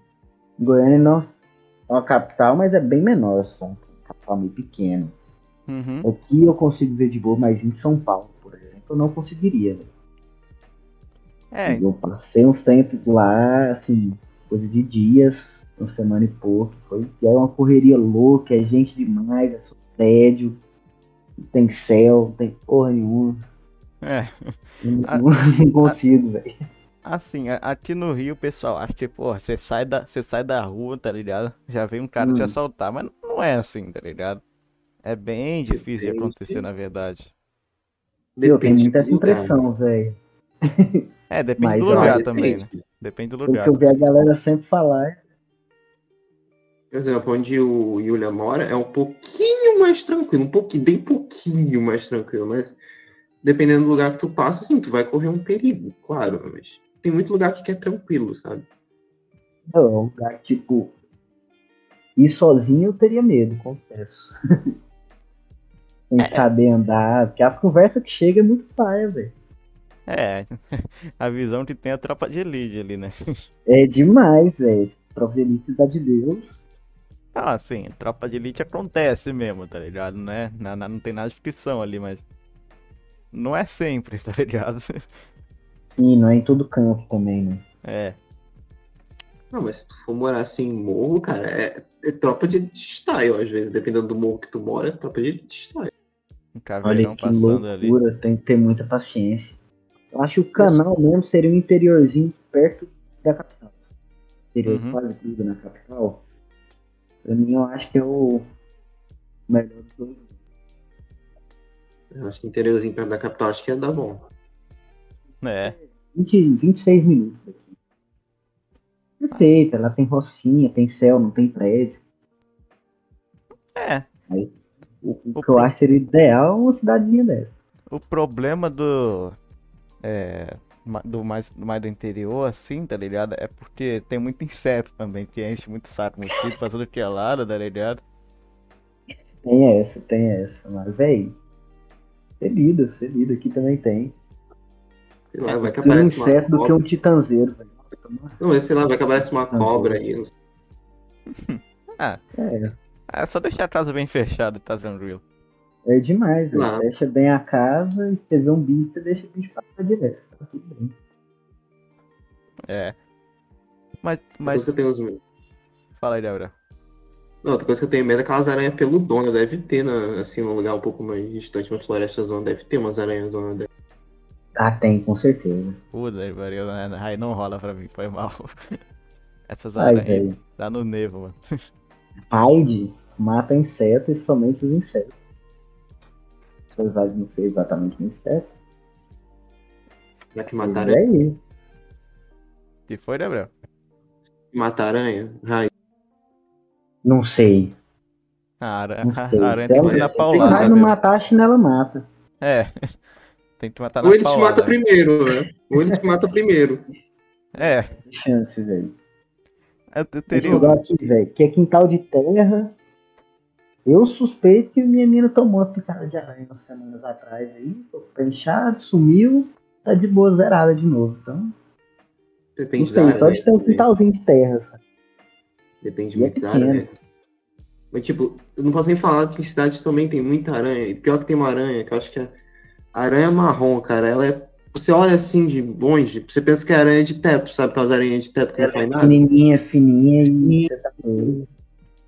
C: Goiânia não é uma capital, mas é bem menor, só. Capital meio pequeno.
B: Uhum.
C: Aqui eu consigo ver de boa, mas em São Paulo, por exemplo, eu não conseguiria. velho.
B: É,
C: Eu passei uns tempos lá, assim, coisa de dias, uma semana e pouco. Foi, e é uma correria louca, é gente demais, é só prédio, não tem céu, não tem porra nenhuma. Hum.
B: é.
C: Eu não, não consigo, velho.
B: Assim, a- aqui no Rio, pessoal, acho que, pô, você sai da, você sai da rua, tá ligado? Já vem um cara te
C: Hum.
B: assaltar, mas não é assim, tá ligado? É bem difícil de
A: Depende.
B: acontecer, na verdade.
C: Eu tenho
A: do
C: muita essa
A: lugar.
C: impressão, velho.
B: É, depende
C: Mas
B: do
C: olha,
B: lugar
A: depende.
B: também, né? Depende do
C: O
B: lugar.
C: que eu vejo a galera sempre falar.
A: Por exemplo, onde o Yulia mora é um pouquinho mais tranquilo, um pouquinho, bem pouquinho mais tranquilo, mas dependendo do lugar que tu passa, assim, tu vai correr um perigo, claro, mas tem muito lugar que é tranquilo, sabe?
C: Não, é um lugar que, tipo. Ir sozinho eu teria medo, confesso. Sem saber andar, porque as conversas que chegam é muito paia, velho.
B: É, a visão que tem é a tropa de elite ali, né?
C: É demais, velho. Provenite da de Deus.
B: Não, assim, tropa de elite acontece mesmo, tá ligado? Não, é, na- na- não tem nada de ficção ali, mas. Não é sempre, tá ligado?
C: Sim, não é em todo canto também, né?
B: É.
A: Não, Ah, mas se tu for morar assim em morro, cara, é, é tropa de style, às vezes, dependendo do morro que tu mora, é tropa de style.
B: Um
C: Olha
B: caveirão
C: que
B: passando ali.
C: loucura, tem que ter muita paciência. Eu acho que o canal mesmo seria um interiorzinho perto da capital. Interior
B: Uhum.
C: quase tudo na capital. Pra mim, eu acho que é o melhor dos dois.
A: Eu acho que interiorzinho perto da capital, acho que ia dar bom.
B: É.
C: 20, 26 minutos aqui. Perfeito, ela tem rocinha, tem céu, não tem prédio.
B: É.
C: O, o
B: O
C: que eu
B: pro-
C: acho seria ideal é uma cidadezinha dessa.
B: O problema do. É, ma- do mais, do mais do interior, assim, tá ligado? É porque tem muito inseto também, que enche muito saco, mosquito pra tudo que é lado, tá ligado?
C: Tem essa, tem essa, mas é véi. Felido, felido, aqui também tem.
A: Sei lá, vai que
C: Tem um
A: aparece uma
C: inseto do que
A: cobra.
C: um titanzeiro, velho. Nossa,
A: Não, mas sei lá, vai que aparece uma cobra aí. não sei.
C: É,
B: É só deixar a casa bem fechada e tá tranquilo.
C: é demais, velho.
A: Claro.
C: Fecha bem a casa e você vê um bicho, você deixa o bicho passar direto. Tá tudo bem.
B: É. Mas,
A: Mas...
B: mas.
A: Você tem os meus.
B: Fala aí, Gabriel.
A: Não, outra coisa que eu tenho medo é aquelas aranhas peludona, deve ter, na, assim, num lugar um pouco mais distante, uma floresta zona, deve ter umas aranhas zona. deve-
C: Ah, tem, com certeza.
B: Puta, Gabriel, né? aí não rola pra mim, foi mal. Essas
C: Ai,
B: aranhas
C: velho.
B: tá no nevo, mano.
C: Raid mata insetos e somente os insetos. Apesar de não ser exatamente um inseto.
A: Será que
C: mas
A: mata
C: É
A: aranha?
C: isso.
B: Que foi, Gabriel?
C: Uhum.
A: Mata aranha? Ai,
C: Não sei.
B: A aranha,
C: Não sei.
B: a aranha tem que
C: Ela-
B: ser na
A: se
B: paulada
C: Vai não
B: mesmo.
C: matar, a chinela mata.
B: É. Tem que
C: Tá
B: matar na
A: ou ele te
B: paulada.
A: mata primeiro, né? Ou ele te mata primeiro.
B: É.
C: Que Chance, velho.
B: Eu eu
C: Esse
B: teria. um-
C: lugar aqui, velho, que é quintal de terra. Eu suspeito que minha mina tomou uma picada de aranha umas semanas atrás aí, ficou penchado, sumiu, tá de boa zerada de novo. Então,
A: Você tem
C: não sei, só de ter um
A: também.
B: né?
C: quintalzinho de terra. sabe?
A: Depende
C: E é
A: muito da
C: pequeno.
A: área. né? Mas, tipo, eu não posso nem falar que em cidade também tem muita aranha. E pior que tem uma aranha, que eu acho que é. a aranha marrom, cara. Ela é. Você olha assim de longe, você pensa que é aranha de teto, sabe? Aquelas aranhas de teto que não
C: Ela
A: faz
B: né?
C: é
A: nada.
C: pequenininha, fininha
A: Sim.
C: e você tá com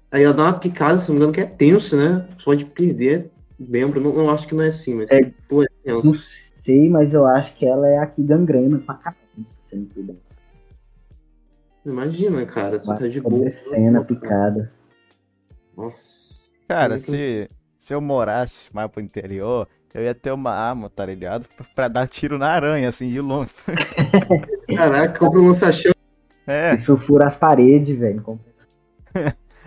A: Aí ela dá uma picada, se não me engano, que é tenso, né? Você pode perder membro. Não, não acho que não é assim, mas.
C: É.
A: Pô, é tenso.
C: Não sei, mas eu acho que ela é a que gangrena pra caralho, se você não cuidar.
A: Imagina, cara. Tu
C: Vai
A: tá de
C: ficar
A: boa.
C: descendo a picada.
A: Nossa.
B: um, Cara,
A: Mas é que
B: se, se eu morasse mais pro interior, eu ia ter uma arma, tá ligado? Pra- Pra dar tiro na aranha, assim, de longe.
A: Caraca, compra um lança-chão.
B: É,
C: Isso fura as paredes, velho. com-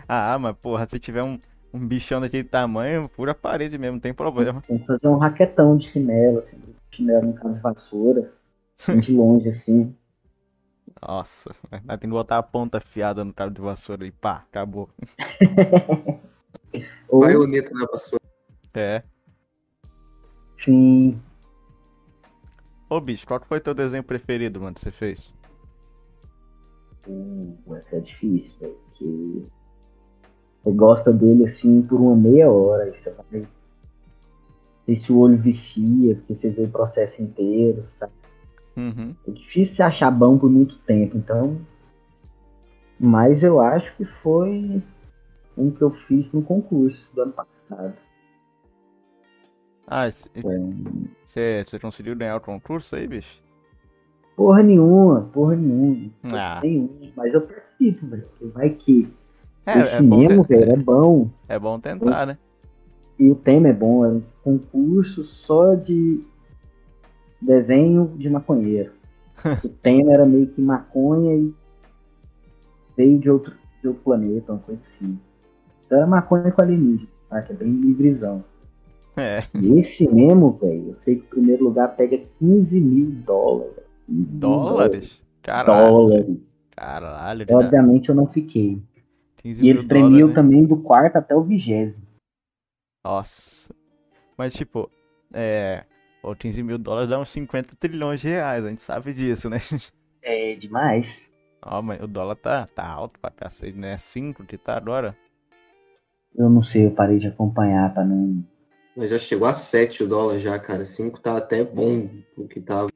B: a arma, porra, se tiver um, um bichão daquele tamanho, pura parede mesmo, não tem problema.
C: Tem que fazer um raquetão de chinelo, assim, chinelo no cabo de vassoura, de longe assim.
B: Nossa, mas tem que botar a ponta afiada no cabo de vassoura e pá, acabou.
C: Ou
A: Baioneta na vassoura.
B: É.
C: sim,
B: Ô, bicho, qual que foi teu desenho preferido, mano, que você fez?
C: pô, essa é difícil, velho. Porque você gosta dele assim por uma meia hora, aí você vai. Deixa o olho vicia, porque você vê o processo inteiro, sabe?
B: Uhum.
C: É difícil se achar bom por muito tempo, então. Mas eu acho que foi um que eu fiz no concurso do ano passado.
B: Ah, você conseguiu ganhar o concurso aí, bicho?
C: Porra nenhuma, porra nenhuma.
B: Ah.
C: Nenhuma, mas eu participo, velho. porque Vai que
B: É,
C: o
B: é bom,
C: cinema,
B: te-
C: velho, é bom.
B: é bom tentar, né?
C: E o tema é bom, é um concurso só de desenho de maconheiro. o tema era meio que maconha e veio de outro, de outro planeta, uma coisa assim. Então era maconha com alienígena, tá? que é bem livrezão.
B: É,
C: E esse mesmo, velho, eu sei que o primeiro lugar pega 15 mil dólares. 15 mil
B: dólares? Caralho,
C: Dólares.
B: caralho, cara.
C: Obviamente eu não fiquei.
B: 15
C: E eles
B: mil
C: premiam
B: dólares, né?
C: também do quarto até o vigésimo.
B: Nossa. Mas, tipo, é. Ou 15 mil dólares dá uns 50 trilhões de reais, a gente sabe disso, né?
C: É demais.
B: Ó, mas o dólar tá, tá alto pra cacete, né? 5 que tá agora.
C: Eu não sei, eu parei de acompanhar pra não
A: Mas já chegou a 7 o dólar já, cara. 5 tá até bom o que tava.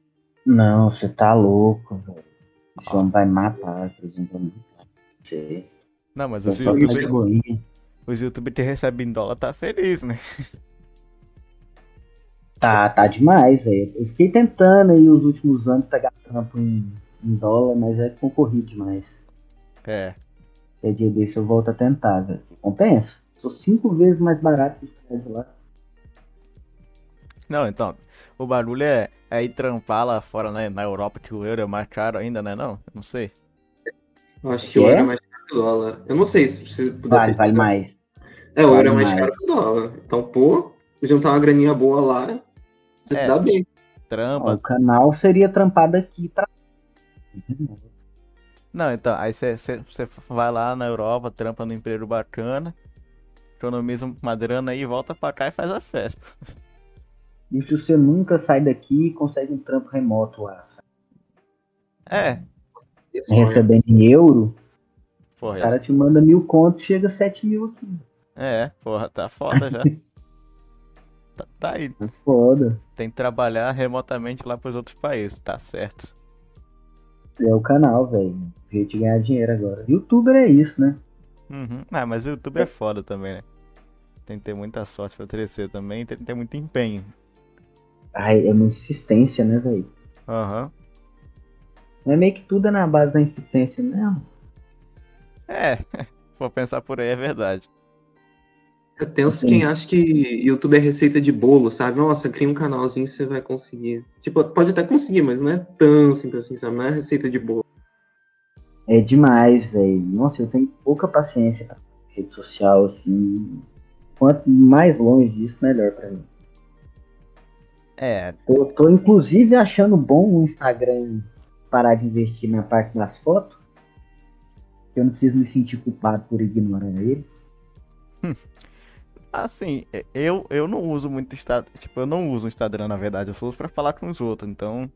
C: Não, você tá louco, velho. Esse
B: Ah.
C: homem vai matar, por exemplo. não sei.
B: Não, mas
C: Eu
B: os
C: só tô de
B: youtubers
C: boinha.
B: os YouTube que recebem dólar tá feliz, né?
C: Tá, tá demais, velho. Eu fiquei tentando aí os últimos anos pegar trampo em, em dólar, mas é concorrido demais.
B: É.
C: É dia desse eu volto a tentar, velho. Compensa. Sou cinco vezes mais barato que os caras de lá.
B: Não, então, o barulho é, é ir trampar lá fora, né? Na Europa, que o euro é mais caro ainda, né? Não, não sei.
A: Eu acho que o
C: É?
A: euro é mais caro que o dólar. Eu não sei se você puder.
C: Vale, vale mais.
A: É, o euro é
C: vale
A: mais
C: mais.
A: caro que o dólar. Então, pô, juntar uma graninha boa lá, você
B: É.
A: se dá bem.
C: Ó, o
B: Trampa.
C: canal seria trampado aqui pra.
B: Não, então, aí você vai lá na Europa, trampa no emprego bacana, economiza uma grana aí, volta pra cá e faz as festas.
C: E se você nunca sai daqui, consegue um trampo remoto lá.
B: É,
A: Esse sonho.
C: Recebendo em euro,
B: porra,
C: O cara te manda mil contos, chega sete mil aqui.
B: é, porra, tá foda já. Tá, tá aí,
C: Foda.
B: tem que trabalhar remotamente lá pros outros países, tá certo.
C: É o canal, velho. Jeito de ganhar dinheiro agora. Youtuber é isso, né?
B: Uhum. Ah, mas o YouTube é foda também, né? Tem que ter muita sorte pra crescer também, tem que ter muito empenho.
C: Ai, é muita insistência, né, velho?
B: Aham.
C: Mas meio que tudo é na base da insistência mesmo.
B: É, se for pensar por aí, é verdade.
A: É tenso quem acha que YouTube é receita de bolo, sabe? Nossa, cria um canalzinho e você vai conseguir. Tipo, pode até conseguir, mas não é tão simples assim, sabe? Não é receita de bolo.
C: É demais, velho. Nossa, eu tenho pouca paciência pra rede social, assim. Quanto mais longe disso, melhor pra mim.
B: É,
C: Eu tô, inclusive, achando bom o Instagram parar de investir na parte das fotos. Eu não preciso me sentir culpado por ignorar ele.
B: Assim, e- eu, eu não uso muito Instagram. Tipo, eu não uso o Instagram, na verdade. Eu só uso pra falar com os outros. Então,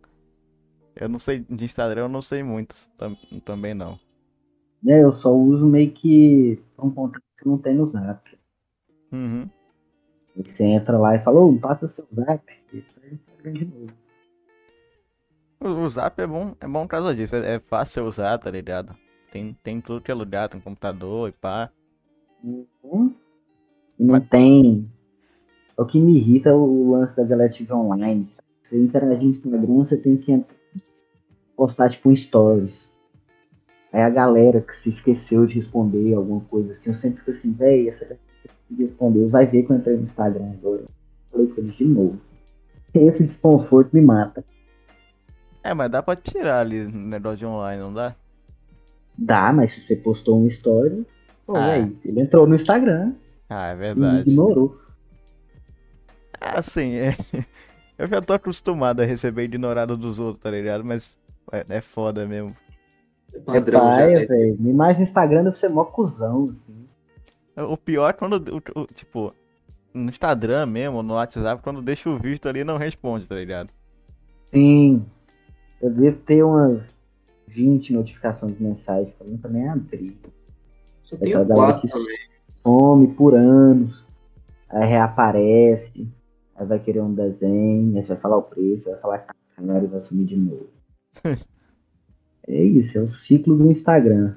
B: eu não sei. De Instagram, eu não sei muito tam- também, não.
C: né, eu só uso meio que pra um contato que não tem no zap.
B: Uhum.
C: Aí Você entra lá e fala, ô, me passa seu zap. e você entra de novo.
B: O, o Zap é bom, é bom por causa disso. É, é fácil usar, tá ligado? Tem, tem tudo que é lugar, tem computador e pá.
C: Uhum. E Não tem. O que me irrita é o lance da galera TV online. sabe? Você interagir no Instagram, você tem que entrar- postar tipo um stories. Aí a galera que se esqueceu de responder alguma coisa assim, eu sempre fico assim, véi, essa galera que se respondeu, vai ver que eu entrei no Instagram agora. Falei com eles de novo. Esse desconforto me mata.
B: É, mas dá pra tirar ali no negócio de online, não dá?
C: Dá, mas se você postou um story, pô,
B: Ah.
C: véi, ele entrou no Instagram
B: Ah, é
C: e me
B: verdade.
C: ignorou.
B: Ah, sim, é. Eu já tô acostumado a receber ignorado dos outros, tá ligado? Mas é, é foda mesmo.
A: É
C: É
A: padrão já.
C: paia,
A: né?
C: velho. Me mais no Instagram deve ser mó cuzão, assim.
B: O pior é quando, o- o- tipo, no Instagram mesmo, no WhatsApp, quando deixa o visto ali não responde, tá ligado?
C: Sim. Eu devo ter umas 20 notificações de mensagem que eu nunca nem abri.
A: Só
C: É
A: tenho
C: cada hora que
A: quatro também.
C: some por anos. Aí reaparece. Aí vai querer um desenho. Aí você vai falar o preço, vai falar canário e vai sumir de novo. é isso, é o ciclo do Instagram.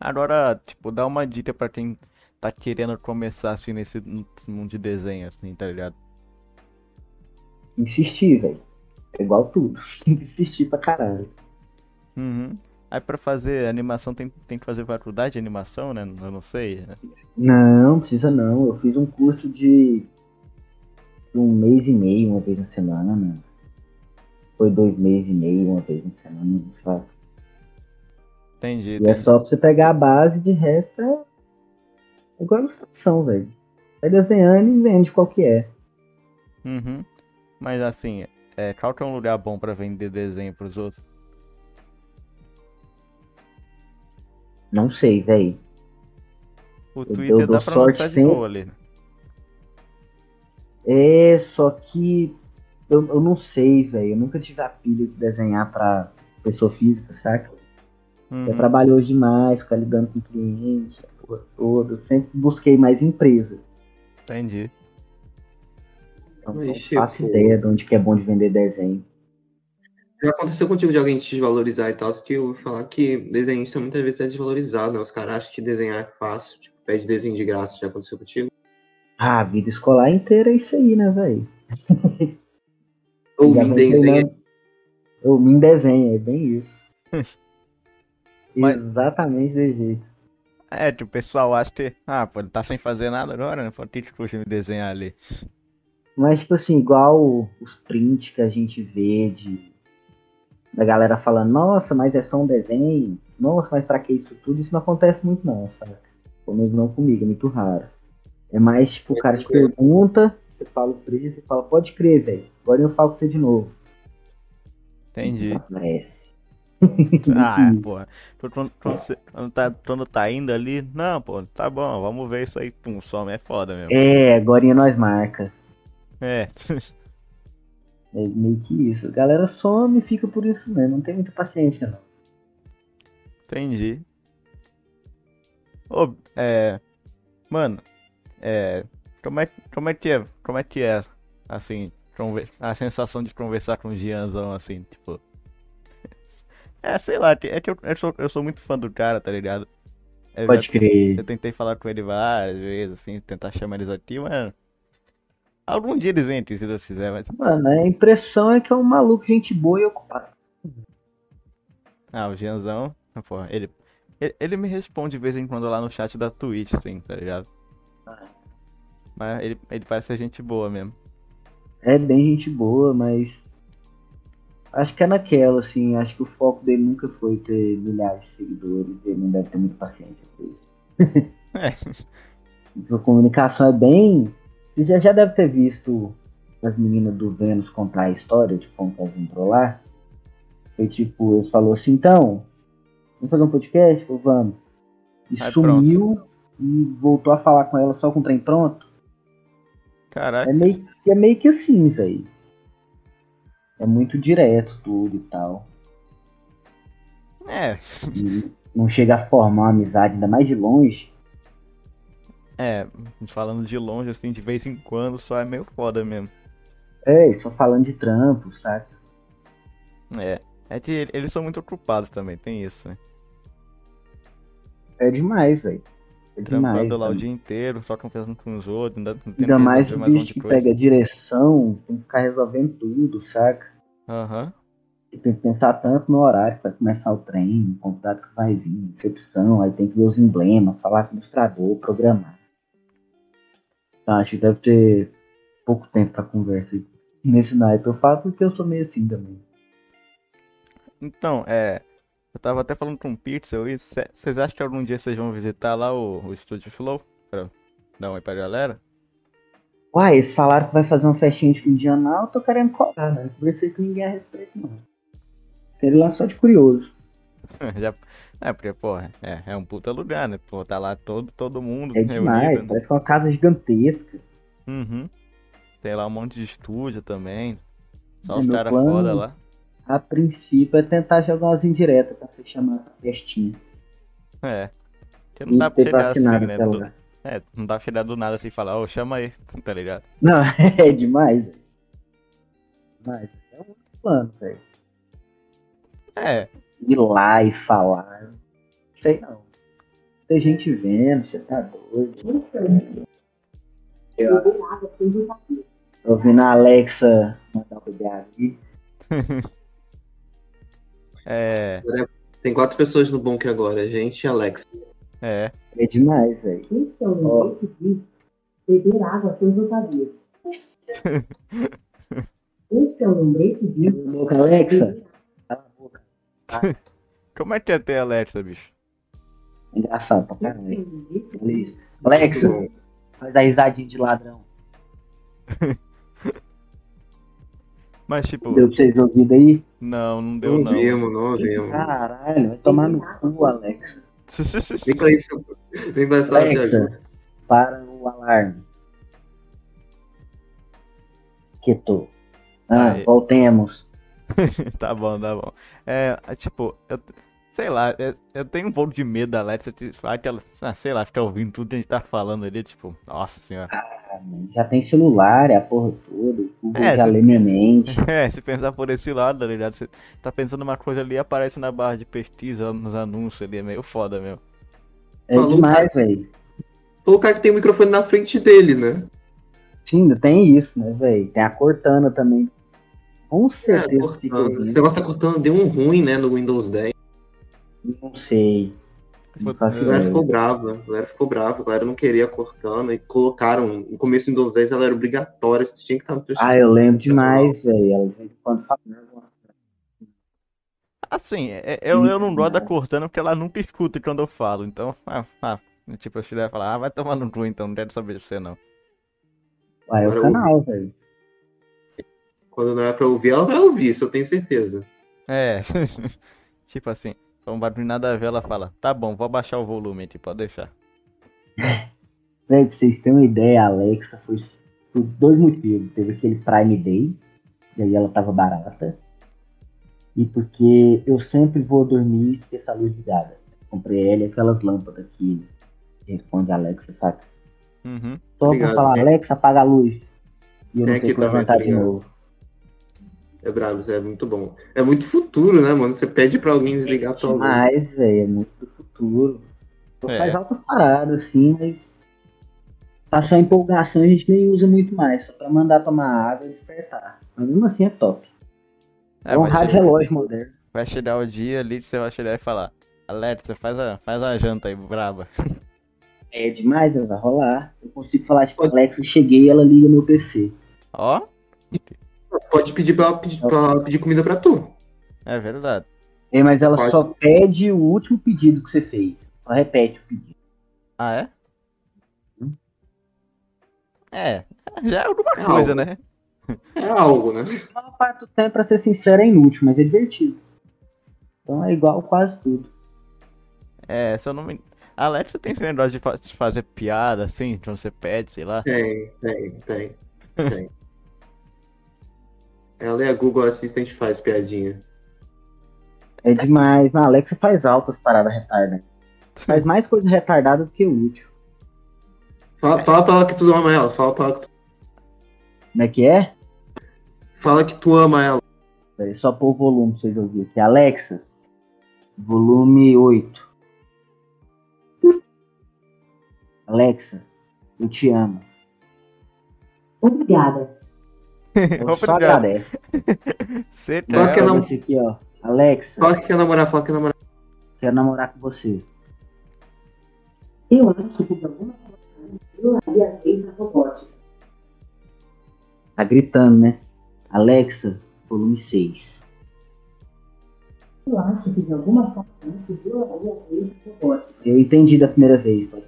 B: Agora, tipo, dá uma dica pra quem tá querendo começar, assim, nesse mundo de desenho, assim, tá ligado?
C: Insistir, velho. É igual tudo. Tem que insistir pra caralho.
B: Uhum. Aí pra fazer animação tem, tem que fazer faculdade de animação, né? Eu não sei. né?
C: Não, precisa não. Eu fiz um curso de de um mês e meio, uma vez na semana. né? Foi dois meses e meio, uma vez na semana, sabe?
B: Entendi,
C: E é
B: entendi.
C: só pra você pegar a base, de resto é é igual ilustração, velho. Vai desenhando e vende qual que é.
B: Uhum. Mas assim, é, qual que é um lugar bom pra vender desenho pros outros?
C: Não sei, velho.
B: O
C: dou-
B: Twitter
C: dou
B: dá pra lançar
C: sorte
B: de
C: sim.
B: boa ali. né?
C: É, só que eu, eu não sei, velho. Eu nunca tive a pilha de desenhar pra pessoa física, saca?
B: Uhum.
C: É trabalhoso demais, ficar lidando com cliente, a porra toda. Eu sempre busquei mais empresa.
B: Entendi.
C: Então,
A: Mas,
C: não
A: Chico,
C: faço ideia de onde que é bom de vender desenho.
A: Já aconteceu contigo de alguém te desvalorizar e tal, só que eu vou falar que desenhista muitas vezes é desvalorizado, né? Os caras acham que desenhar é fácil, tipo, pede desenho de graça, já aconteceu contigo?
C: Ah, a vida escolar inteira é isso aí, né, velho?
A: Ou
C: Já
A: me
C: pensei,
A: desenha.
C: né? Eu me desenho, é bem isso.
B: Mas-
C: Exatamente desse jeito.
B: É, tipo, o pessoal acha que. Ah, pô, ele tá sem fazer nada agora, né? Pô, que que custa me desenhar ali?
C: Mas, tipo assim, igual os prints que a gente vê de... da galera falando, nossa, mas é só um desenho, nossa, mas pra que isso tudo? Isso não acontece muito não, saca? Pelo menos não comigo, é muito raro. É mais, tipo, o cara te pergunta, você fala o preço, você fala, pode crer, velho, agora eu falo com você de novo.
B: Entendi.
C: É,
B: Ah, é, porra. Quando, quando, quando você- quando tá, quando tá indo ali, não, pô, tá bom, vamos ver isso aí. Pum, some é foda mesmo.
C: É, agora nós marca.
B: É.
C: É meio que isso. A galera some e fica por isso mesmo. Não tem muita paciência, não.
B: Entendi. Ô, é. Mano, é. Como é, como é que é? Como é que é, assim, conver- a sensação de conversar com o Gianzão, assim, tipo. É, sei lá, é que eu, eu sou, eu sou muito fã do cara, tá ligado? Eu já-
C: Pode crer.
B: Eu tentei falar com ele várias vezes, assim, tentar chamar eles aqui, mas. Algum dia eles vêm aqui, se Deus quiser, mas.
C: Mano, a impressão é que é um maluco, gente boa e ocupado.
B: Ah, o Gianzão, ah, porra, ele, ele. ele me responde de vez em quando lá no chat da Twitch, assim, tá ligado? Mas ele, ele parece ser gente boa mesmo.
C: É bem gente boa, mas. Acho que é naquela, assim. Acho que o foco dele nunca foi ter milhares de seguidores. Ele não deve ter muita paciência com isso.
B: É.
C: Sua comunicação é bem. Você já, já deve ter visto as meninas do Vênus contar a história de como que elas entrou lá. Foi tipo, eles falou assim, então, vamos fazer um podcast? Falou, vamos. E
B: Aí pronto.
C: sumiu e voltou a falar com ela só com o trem pronto.
B: Caraca,
C: É meio, é meio que assim, velho. É muito direto tudo e tal.
B: é.
C: E, não chega a formar uma amizade, ainda mais de longe.
B: É, falando de longe, assim, de vez em quando, só é meio foda mesmo.
C: É, e só falando de trampos, saca?
B: É. É que eles são muito ocupados também, tem isso, né?
C: É demais, velho. É
B: Trampando
C: demais,
B: lá o
C: velho.
B: dia inteiro, só conversando com os outros, não dá não tem
C: Ainda
B: tempo de
C: mais
B: resolver
C: o
B: mais um monte de
C: bicho que
B: coisa.
C: pega a direção, tem que ficar resolvendo tudo, saca?
B: Aham.
C: E tem que pensar tanto no horário para começar o trem, o contrato que vai vir, recepção, aí tem que ver os emblemas, falar com o ilustrador, programar. Então, acho que deve ter pouco tempo pra conversa. aí. Nesse naipe eu falo porque eu sou meio assim também.
B: Então, é. Eu tava até falando com o Pixel isso. cê- Vocês acham que algum dia vocês vão visitar lá o, o Estúdio Flow? Pra dar um oi pra galera?
C: Uai, eles falaram que vai fazer uma festinha de fim de ano, ah, eu tô querendo cobrar, né? Não conversei com ninguém a respeito, não. Ele lá só de curioso.
B: Já, é, porque, porra, é, é um puta lugar, né? Pô, tá lá todo, todo mundo
C: É demais,
B: reunido. né?
C: parece que é uma casa gigantesca.
B: Uhum. Tem lá um monte de estúdio também. Só
C: É,
B: os
C: meu
B: caras
C: plano-
B: foda lá.
C: A princípio é tentar jogar umas indiretas pra se chamar pra festinha.
B: É. Porque não
C: E
B: dá pra
C: tentar
B: chegar
C: assinar
B: assim, né?
C: até
B: do-
C: lá.
B: é, não dá pra chegar do nada assim e falar, ô, chama aí, tá ligado?
C: Não, é demais, velho. Mas é um plano, velho.
B: É,
C: Ir lá e falar. Sei não. Tem gente vendo, você tá doido. Tô ouvindo a Alexa mandar o BH ali.
B: é,
A: Tem quatro pessoas no Bonk agora, gente e Alex.
B: é.
C: É demais, velho.
D: Gente, que eu não consegui beber água todos os dias. Gente, que eu lembrei que vi.
C: Cala a boca, Alexa. Cala a boca.
B: Como é que é ter Alexa, bicho?
C: Engraçado pra
D: Gente, que
C: caralho.
D: eu lembrei que vi.
C: Beleza. Alexa, faz a risadinha de ladrão.
B: Mas, tipo,
C: Deu pra vocês ouvirem aí?
B: não, não deu
A: Não
B: não. né?
A: vimos, não vimos.
C: Caralho, vai tomar no cu, Alexa.
A: Vem pra isso. Vem pra sala de ajuda.
C: Alexa, para o alarme. Quietou. Ah,
B: Aí.
C: voltemos.
B: Tá bom, tá bom. É, é, tipo, eu, t- sei lá, é, eu tenho um pouco de medo da Alexa, de falar que ela, ah, sei lá, fica ouvindo tudo que a gente tá falando ali, tipo, nossa senhora.
C: Ah, mano, Já tem celular, é a porra toda. O Google
B: É,
C: já
B: se-
C: lê minha mente.
B: É, se pensar por esse lado, tá ligado? Você tá pensando uma coisa ali, aparece na barra de pesquisa, nos anúncios ali, é meio foda mesmo.
C: É
A: Falou,
C: demais, velho.
A: Falou o cara que tem o microfone na frente dele, né?
C: Sim, ainda tem isso, né, velho? Tem a Cortana também. Com
A: É,
C: certeza fica
A: cortando. Esse
C: ouvindo.
A: negócio tá cortando, deu um ruim, né, no Windows 10.
C: Não sei. Não faço
A: A galera
C: É.
A: ficou brava, a galera ficou brava, a galera não queria cortando e colocaram. No começo do Windows 10 ela era obrigatória, você tinha que estar no teu
C: Ah,
A: sistema.
C: eu lembro demais, velho. Ela de vez em quando né? falava.
B: Assim, é- eu, eu não gosto da Cortana porque ela nunca escuta quando eu falo, então, ah, ah, tipo, eu cheguei a falar, ah, vai tomar no cu então, não quero saber de você não.
C: Ah, é o
A: Agora eu
C: canal, velho.
A: Quando não é pra ouvir, ela vai ouvir, isso eu tenho certeza.
B: É, tipo assim, não vai nada a ver, ela fala, tá bom, vou abaixar o volume aqui, pode deixar.
C: Velho, Né, pra vocês terem uma ideia, a Alexa foi por dois motivos. Teve aquele Prime Day, e aí ela tava barata. E porque eu sempre vou dormir com essa luz ligada. Comprei ela e aquelas lâmpadas que responde a Alexa, saca?
B: Uhum.
C: Só
A: Obrigado,
C: pra falar,
A: né?
C: Alexa, apaga a luz. E
A: Tem
C: eu não
A: aqui tá
C: tenho que
A: também,
C: levantar de
A: obrigado.
C: novo.
A: É brabo, Zé, é muito bom. É muito futuro, né, mano? Você pede pra alguém desligar a tua luz.
C: Mas, velho, é muito do futuro. Então
B: É.
C: Faz altas paradas, assim, mas. Passar a empolgação a gente nem usa muito mais, só pra mandar tomar água e despertar. Mas mesmo assim é top. É,
B: É,
C: um
B: vai
C: rádio
B: chegar,
C: relógio moderno.
B: vai chegar o dia ali que você vai chegar e falar, Alexa, faz a, faz a janta aí, braba.
C: É demais, vai rolar. Eu consigo falar, tipo, Alexa, cheguei e ela liga meu PC.
B: Ó,
A: Pode pedir pra, ela pedir pra ela pedir comida pra tu.
B: é verdade.
C: É, mas ela
A: Pode.
C: só pede o último pedido que você fez. Só repete o pedido.
B: Ah, é? É, já é alguma
A: É
B: coisa, né?
A: É algo, né?
C: A maior parte do tempo, pra ser sincero, é inútil, mas é divertido. Então é igual quase tudo.
B: É, se eu não me... Alexa tem esse negócio de fa- de fazer piada, assim, quando você pede, sei lá.
A: Tem, tem, tem. tem. Ela e a Google Assistant faz piadinha.
C: É demais. Na Alexa faz altas paradas retardadas. Faz mais coisa retardada do que útil.
A: Fala, fala pra ela que tu ama ela. Fala pra ela que tu,
C: Como é que é?
A: fala que tu ama ela.
C: Peraí, só pôr o volume pra vocês ouvirem aqui. Alexa, volume 8. Alexa, eu te amo.
D: Obrigada.
C: Eu só
B: Obrigado.
C: agradeço.
B: Você
A: Qual
B: quer
A: que é
B: ela?
A: não-
C: Esse aqui, ó. Alexa,
A: Fala que quer namorar, fala que quer namorar.
C: quero namorar com você.
D: Eu acho que alguma forma eu havia feito a robótica.
C: Tá gritando, né? Alexa, volume 6.
D: Eu acho que de alguma forma isso eu havia feito a robótica.
C: Eu entendi da primeira vez, pai.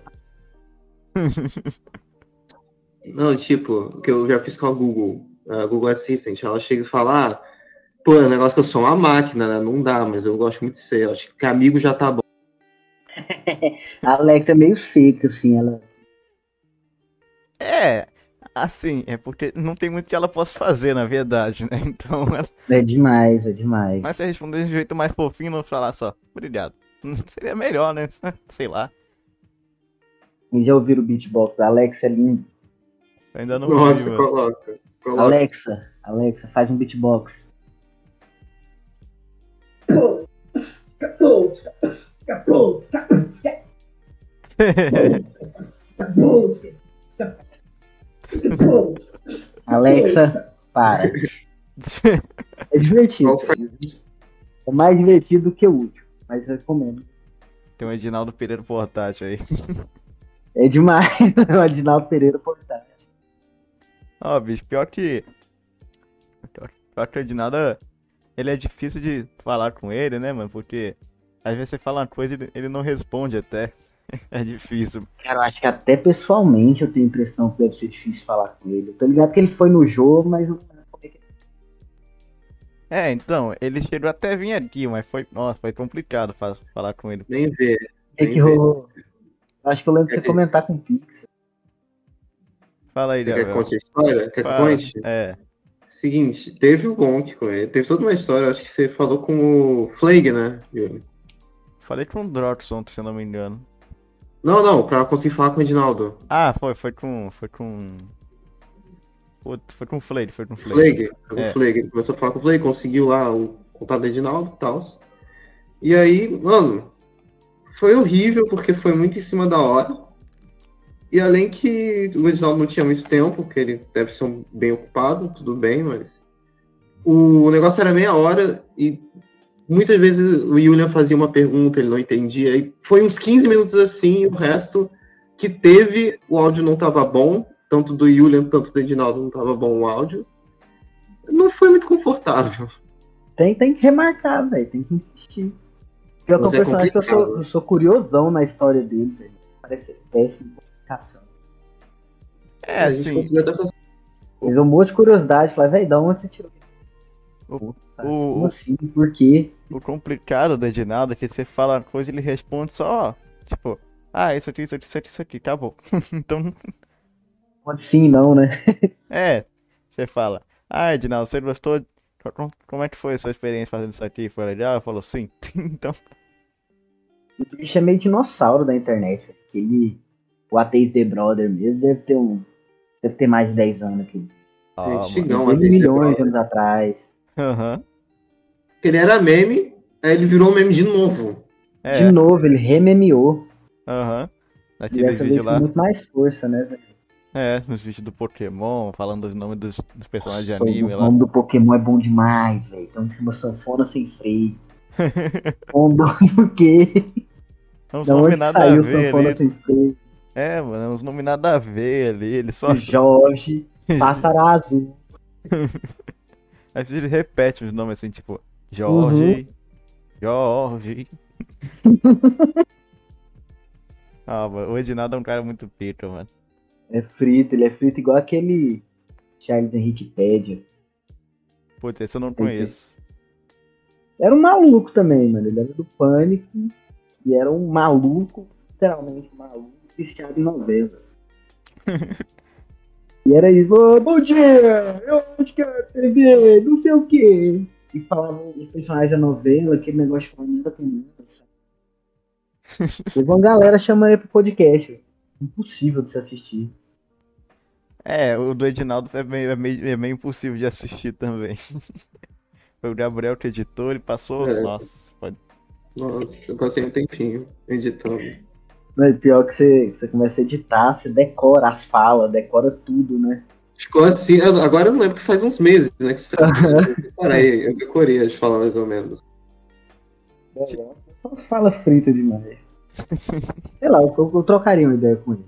A: Não, tipo, que eu já fiz com a Google, a Google Assistant, ela chega e fala, ah, pô, é um negócio que eu sou uma máquina, né? Não dá, mas eu gosto muito de ser. Eu acho que amigo já tá bom.
C: A Alexa é meio seca, assim, ela.
B: É, assim, é porque não tem muito que ela possa fazer, na verdade, né? Então, ela...
C: É demais, é demais.
B: mas se responder de um jeito mais fofinho, não falar só, obrigado. Seria melhor, né? Sei lá.
C: Vocês já ouviram o beatbox da Alexa? É lindo.
B: Eu ainda não vi,
A: Nossa,
B: mano.
A: coloca. Coloca.
C: Alexa, Alexa, faz um beatbox. Alexa, para. É divertido.
A: Qual foi?
C: É mais divertido do que o útil, mas eu recomendo.
B: Tem o Edinaldo Pereira portátil aí.
C: É demais. o Adinaldo Pereira Portal.
B: Ó, bicho, pior que. Pior, pior que o Edinaldo, ele é difícil de falar com ele, né, mano? Porque às vezes você fala uma coisa e ele- ele não responde até. É difícil.
C: Cara, eu acho que até pessoalmente eu tenho a impressão que deve ser difícil falar com ele. Eu tô ligado que ele foi no jogo, mas eu não sei como é que
B: É, então, ele chegou até a vir aqui, mas foi. Nossa, foi complicado fa- falar com ele.
A: Nem vê.
C: é
A: nem
C: que
A: vê.
C: rolou. Eu acho que eu lembro de você comentar com o Pix.
B: Fala aí,
A: Você quer que
B: Gabriel.
A: conte a história? Quer que
B: né? Fala.
A: conte?
B: É.
A: Seguinte, teve o Gonk com ele, teve toda uma história, acho que você falou com o Flag, né? Yuri?
B: Falei com o Drox ontem, se eu não me engano.
A: Não, não, pra conseguir falar com o Edinaldo.
B: Ah, foi, foi com. Foi com. Puta, foi com o Flade, foi com o Flade.
A: Flag, com
B: É.
A: o Flag. Ele começou a falar com o Flag, conseguiu lá o contato do Edinaldo e tal. E aí, mano, foi horrível porque foi muito em cima da hora. E além que o Edinaldo não tinha muito tempo, porque ele deve ser um- bem ocupado, tudo bem, mas. O negócio era meia hora e muitas vezes o Julian fazia uma pergunta, ele não entendia. E foi uns 15 minutos assim, e o resto que teve, o áudio não tava bom, tanto do Julian, tanto do Edinaldo não tava bom o áudio. Não foi muito confortável.
C: Tem, tem que remarcar, velho. Tem que insistir. Eu tô
A: Mas é
C: personagem que eu sou,
A: complicado.
C: eu sou curiosão na história dele, velho. Parece péssimo. comunicação.
B: É,
A: A gente
B: assim.
A: conseguiu até fazer-
C: Fez um monte de curiosidade. Falei, velho, da onde você tirou isso?
B: O-
C: Puta,
B: o-
C: como assim? Por quê?
B: O complicado do Edinaldo é que você fala uma coisa e ele responde só, ó, tipo, ah, isso aqui, isso aqui, isso aqui, isso aqui, acabou. Então,
C: Como assim, não, né?
B: é, você fala, ah, Edinaldo, você gostou? Co- Como é que foi a sua experiência fazendo isso aqui? Foi legal? Ele falou sim. Então,
C: O bicho é meio dinossauro da internet, velho. Aquele. O Ateis The Brother mesmo deve ter um. Deve ter mais de 10 anos aqui.
B: ó,
A: Gente,
B: Ah, mano.
A: Não,
C: Teve
A: Ateis The
C: milhões né? de
A: Brother.
C: anos atrás.
B: Aham.
A: Ele era meme, aí ele virou um meme de novo.
B: É,
C: De novo, ele rememeou.
B: aham.
C: E
B: Naquele
C: dessa vez
B: vídeo lá,
C: com muito mais força, né, velho?
B: é, nos vídeos do Pokémon, falando os nomes dos, dos personagens de
C: Nossa,
B: anime
C: o
B: lá.
C: nome do Pokémon é bom demais, velho. Então chama sanfona sem freio. Combo do quê?
B: Não, os
C: Da
B: nomes
C: onde
B: nada
C: saiu
B: a ver né?
C: sanfona
B: ali.
C: sem freio?
B: É, mano, os nomes nada a ver ali, ele só...
C: Jorge, Pássaro Azul.
B: Às vezes ele repete os nomes assim, tipo, Jorge,
C: Uhum.
B: Jorge. ah, mano, o Edinaldo é um cara muito pica, mano.
C: É frito, ele é frito igual aquele Charles Henrique Pédia.
B: Putz, esse eu não
C: sim.
B: conheço.
C: Era um maluco também, mano. Ele era do Pânico e era um maluco, literalmente maluco, viciado em novela. e era isso, "Ô, bom dia, eu acho que é TV, não sei o quê. E falando de personagem da novela, aquele negócio de falar nada tem nada. sabe? Teve uma galera chamando ele pro podcast. Impossível de se assistir.
B: É, o do Edinaldo é meio, é meio, é meio impossível de assistir também. Foi o Gabriel que editou, ele passou.
A: É.
B: Nossa, pode.
A: Nossa, eu passei um tempinho editando.
C: Mas pior que você, você começa a editar, você decora as falas, decora tudo, né?
A: Ficou assim, eu- agora eu não lembro que faz uns meses, né? Que saiu. eu decorei, eu decorei as falas mais ou menos.
C: Só fala frita demais. Sei lá, eu, eu trocaria uma ideia com ele.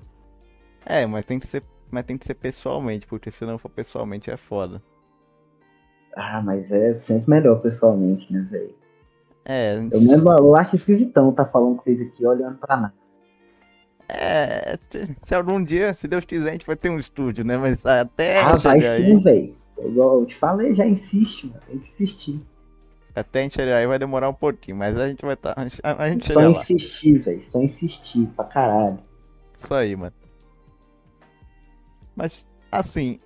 B: É, mas tem que ser. Mas tem que ser pessoalmente, porque se não for pessoalmente é foda.
C: Ah, mas é sempre melhor pessoalmente, né, velho?
B: É,
C: Eu mesmo eu acho esquisitão tá falando com vocês aqui olhando pra nada.
B: é. se- Se algum dia, se Deus quiser, a gente vai ter um estúdio, né? Mas até
C: Ah, vai
B: chegar
C: sim,
B: aí.
C: velho. Igual eu te falei, já insiste, mano. Tem que insistir.
B: Até a gente chegar aí vai demorar um pouquinho, mas a gente vai estar. a gente- a gente
C: Só
B: chega lá.
C: insistir, velho. Só insistir pra caralho.
B: Isso aí, mano. Mas, assim,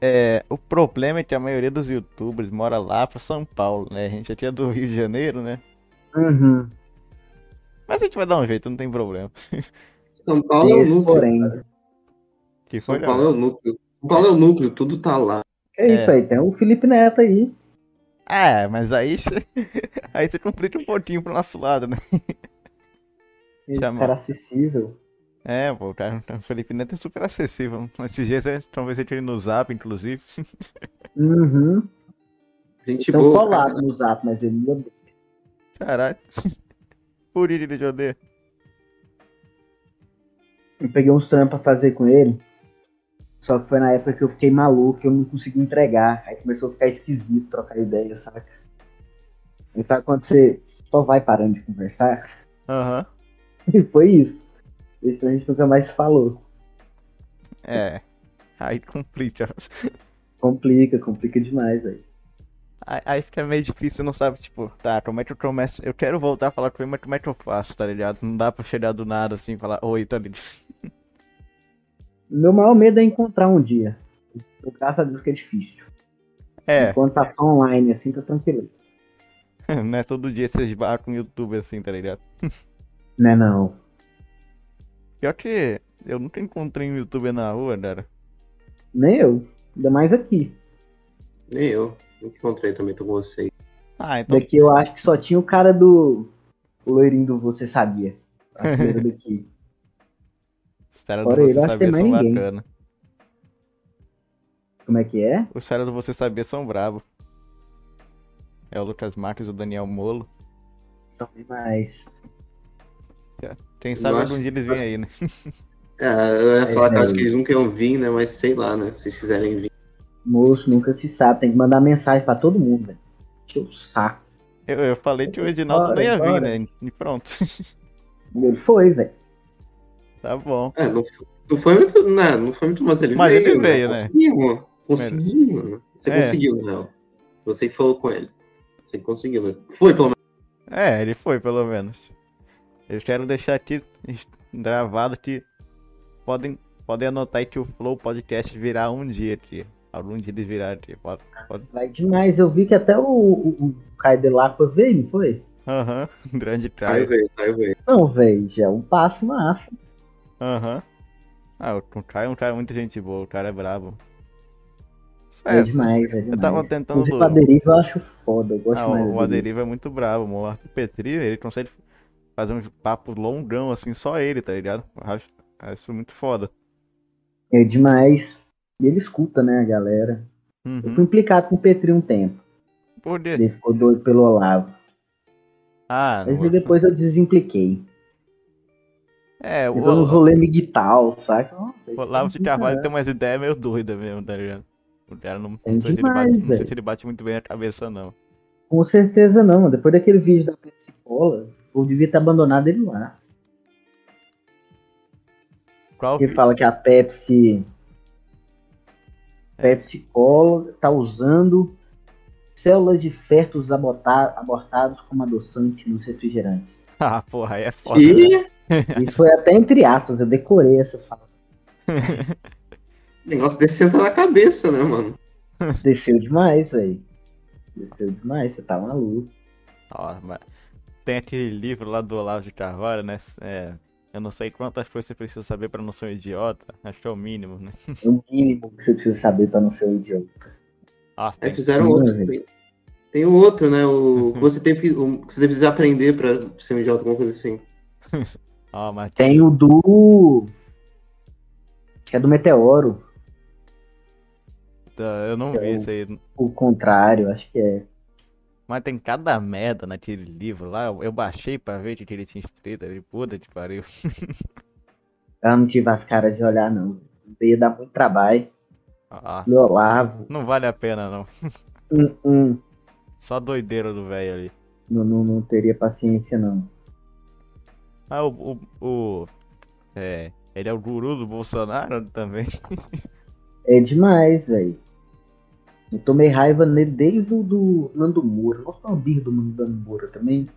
B: é, o problema é que a maioria dos youtubers mora lá pra São Paulo, né? A gente aqui é do Rio de Janeiro, né?
C: Uhum.
B: Mas a gente vai dar um jeito, não tem problema.
A: São Paulo é o
C: Esse,
A: núcleo.
C: porém.
B: Que foi, né?
A: São Paulo é o núcleo. São Paulo é o núcleo, tudo tá lá.
C: É isso aí, tem o Felipe Neto aí.
B: É, mas aí, aí você complica um pouquinho pro nosso lado, né?
C: Esse
B: Chama.
C: é um cara acessível.
B: É, pô, o cara, o Felipe Neto é super acessível. Esses dias é, eu conversei com ele no zap, inclusive.
C: Uhum.
A: Gente
C: Estão
A: boa.
C: colados
A: cara.
C: no zap, mas ele não
B: Caralho. Por isso ele te odeia.
C: Eu peguei uns trampos pra fazer com ele. Só que foi na época que eu fiquei maluco, que eu não consegui entregar. Aí começou a ficar esquisito trocar ideia, saca? E sabe quando você só vai parando de conversar?
B: Aham.
C: E foi isso. Isso a gente nunca mais falou.
B: É. Aí complica.
C: Complica, complica demais, velho.
B: Aí aí fica é meio difícil, você não sabe, tipo, tá, como é que eu começo? Eu quero voltar a falar com ele, mas como é que eu faço, tá ligado? Não dá pra chegar do nada assim e falar, oi, tá ligado?
C: Meu maior medo é encontrar um dia. Eu, graças a Deus que é difícil.
B: É,
C: Enquanto tá só online, assim, tá tranquilo.
B: não é todo dia que você esbarra com um youtuber assim, tá ligado?
C: Né não.
B: Pior que eu nunca encontrei um youtuber na rua, cara.
C: Nem eu. Ainda mais aqui.
A: Nem eu. Me encontrei também tô com vocês.
B: Ah, então.
C: Daqui eu acho que só tinha o cara do. O loirinho do Você Sabia. Aquele daqui.
B: Os caras do
C: Fora ele,
B: Você
C: eu acho que tem
B: Saber
C: mais
B: são
C: ninguém.
B: bacanas.
C: Como é que é?
B: Os caras do Você Saber são bravos. É o Lucas Marques e o Daniel Molo.
C: São demais.
B: Quem sabe
A: acho-
B: algum dia eles vêm aí, né?
A: É, eu ia
C: É,
A: falar que eu acho
C: velho.
A: que eles nunca iam vir, né? Mas sei lá, né? Se vocês quiserem vir.
C: Moço, nunca se sabe. Tem que mandar mensagem pra todo mundo, velho. Enche o saco.
B: Eu, eu falei que o Edinaldo
C: Bora,
B: nem ia vir,
C: bora.
B: né? E pronto.
C: E ele foi, velho.
B: Tá bom.
A: É, não, foi- não foi muito. Né, não foi muito, mas ele
B: Mas ele
A: veio.
B: veio, né?
A: Conseguimos. Conseguimos. Você
B: É.
A: conseguiu, né? Você que falou com ele. Você que conseguiu, né? Foi, pelo menos.
B: É, ele foi, pelo menos. Eu quero deixar aqui es- gravado que podem, podem anotar aí que o Flow Podcast virá um dia aqui. Algum dia ele virá aqui. Pode- pode-
C: Vai demais. Eu vi que até o, o, o Caio de Lapa veio, não foi?
B: Aham, grande
A: Caio
B: cara.
A: veio, Caio veio.
C: Não, velho. Já é um passo massa.
B: Aham. Ah, o o Caio é um cara muito gente boa, o cara é brabo.
C: É,
B: Sucesso.
C: demais, é demais.
B: Eu tava tentando.
C: Inclusive, a deriva eu acho foda. Eu gosto
B: Ah, o,
C: mais.
B: o
C: da Deriva.
B: Aderiva é muito brabo, mano. O Arthur Petri, ele consegue fazer um papo longão assim, só ele, tá ligado? Eu acho, acho isso muito foda.
C: É demais. E ele escuta, né, a galera. Eu fui
B: Uhum.
C: implicado com o Petri um tempo.
B: Por quê?
C: Ele ficou doido pelo Olavo.
B: Ah,
C: Mas
B: não-
C: aí depois eu desimpliquei.
B: É, o,
C: Eu não vou ler Miguel, saca?
B: o Olavo de Carvalho tem umas ideias meio doidas mesmo, tá ligado? O cara não,
C: É
B: não sei se ele bate,
C: demais,
B: não sei
C: velho.
B: se ele bate muito bem a cabeça, não.
C: Com certeza não. Depois daquele vídeo da psicola, eu devia ter abandonado ele lá.
B: Qual
C: Ele
B: vídeo?
C: fala que é a Pepsi. Pepsi Cola tá usando células de fetos abota- abortados como adoçante nos refrigerantes.
B: Ah, porra, aí é foda. né?
A: E
C: Isso foi até entre aspas, eu decorei essa fala.
A: o negócio desse entra na cabeça, né, mano?
C: Desceu demais, velho. Desceu demais, você tá maluco.
B: Ó, mas tem aquele livro lá do Olavo de Carvalho, né? É, eu não sei quantas coisas você precisa saber pra não ser um idiota. Acho que é o mínimo, né?
C: É o mínimo que você precisa saber pra não ser um idiota.
B: Nossa,
A: Aí
B: tem,
C: É
B: Uhum.
A: fizeram outro. Tem, tem o outro, né? O que você teve que, o que você precisa aprender pra ser um idiota, alguma coisa assim.
B: ó, mas
C: Tem o do. Que é do Meteoro.
B: tá, eu não vi isso aí.
C: O contrário, acho que é.
B: Mas tem cada merda naquele livro lá. Eu eu baixei pra ver que ele tinha escrito. Ele, puta que pariu.
C: Eu não tive as caras de olhar, não. Ia dar muito trabalho.
B: Nossa,
C: Do Olavo.
B: não vale a pena, não.
C: Hum, hum.
B: Só doideira do velho ali.
C: Não, não, não teria paciência, não.
B: Ah, o, o, o- É. Ele é o guru do Bolsonaro também.
C: É demais, velho. Eu tomei raiva nele desde o do Nando Moura. Nossa, o birro do Nando Moura também.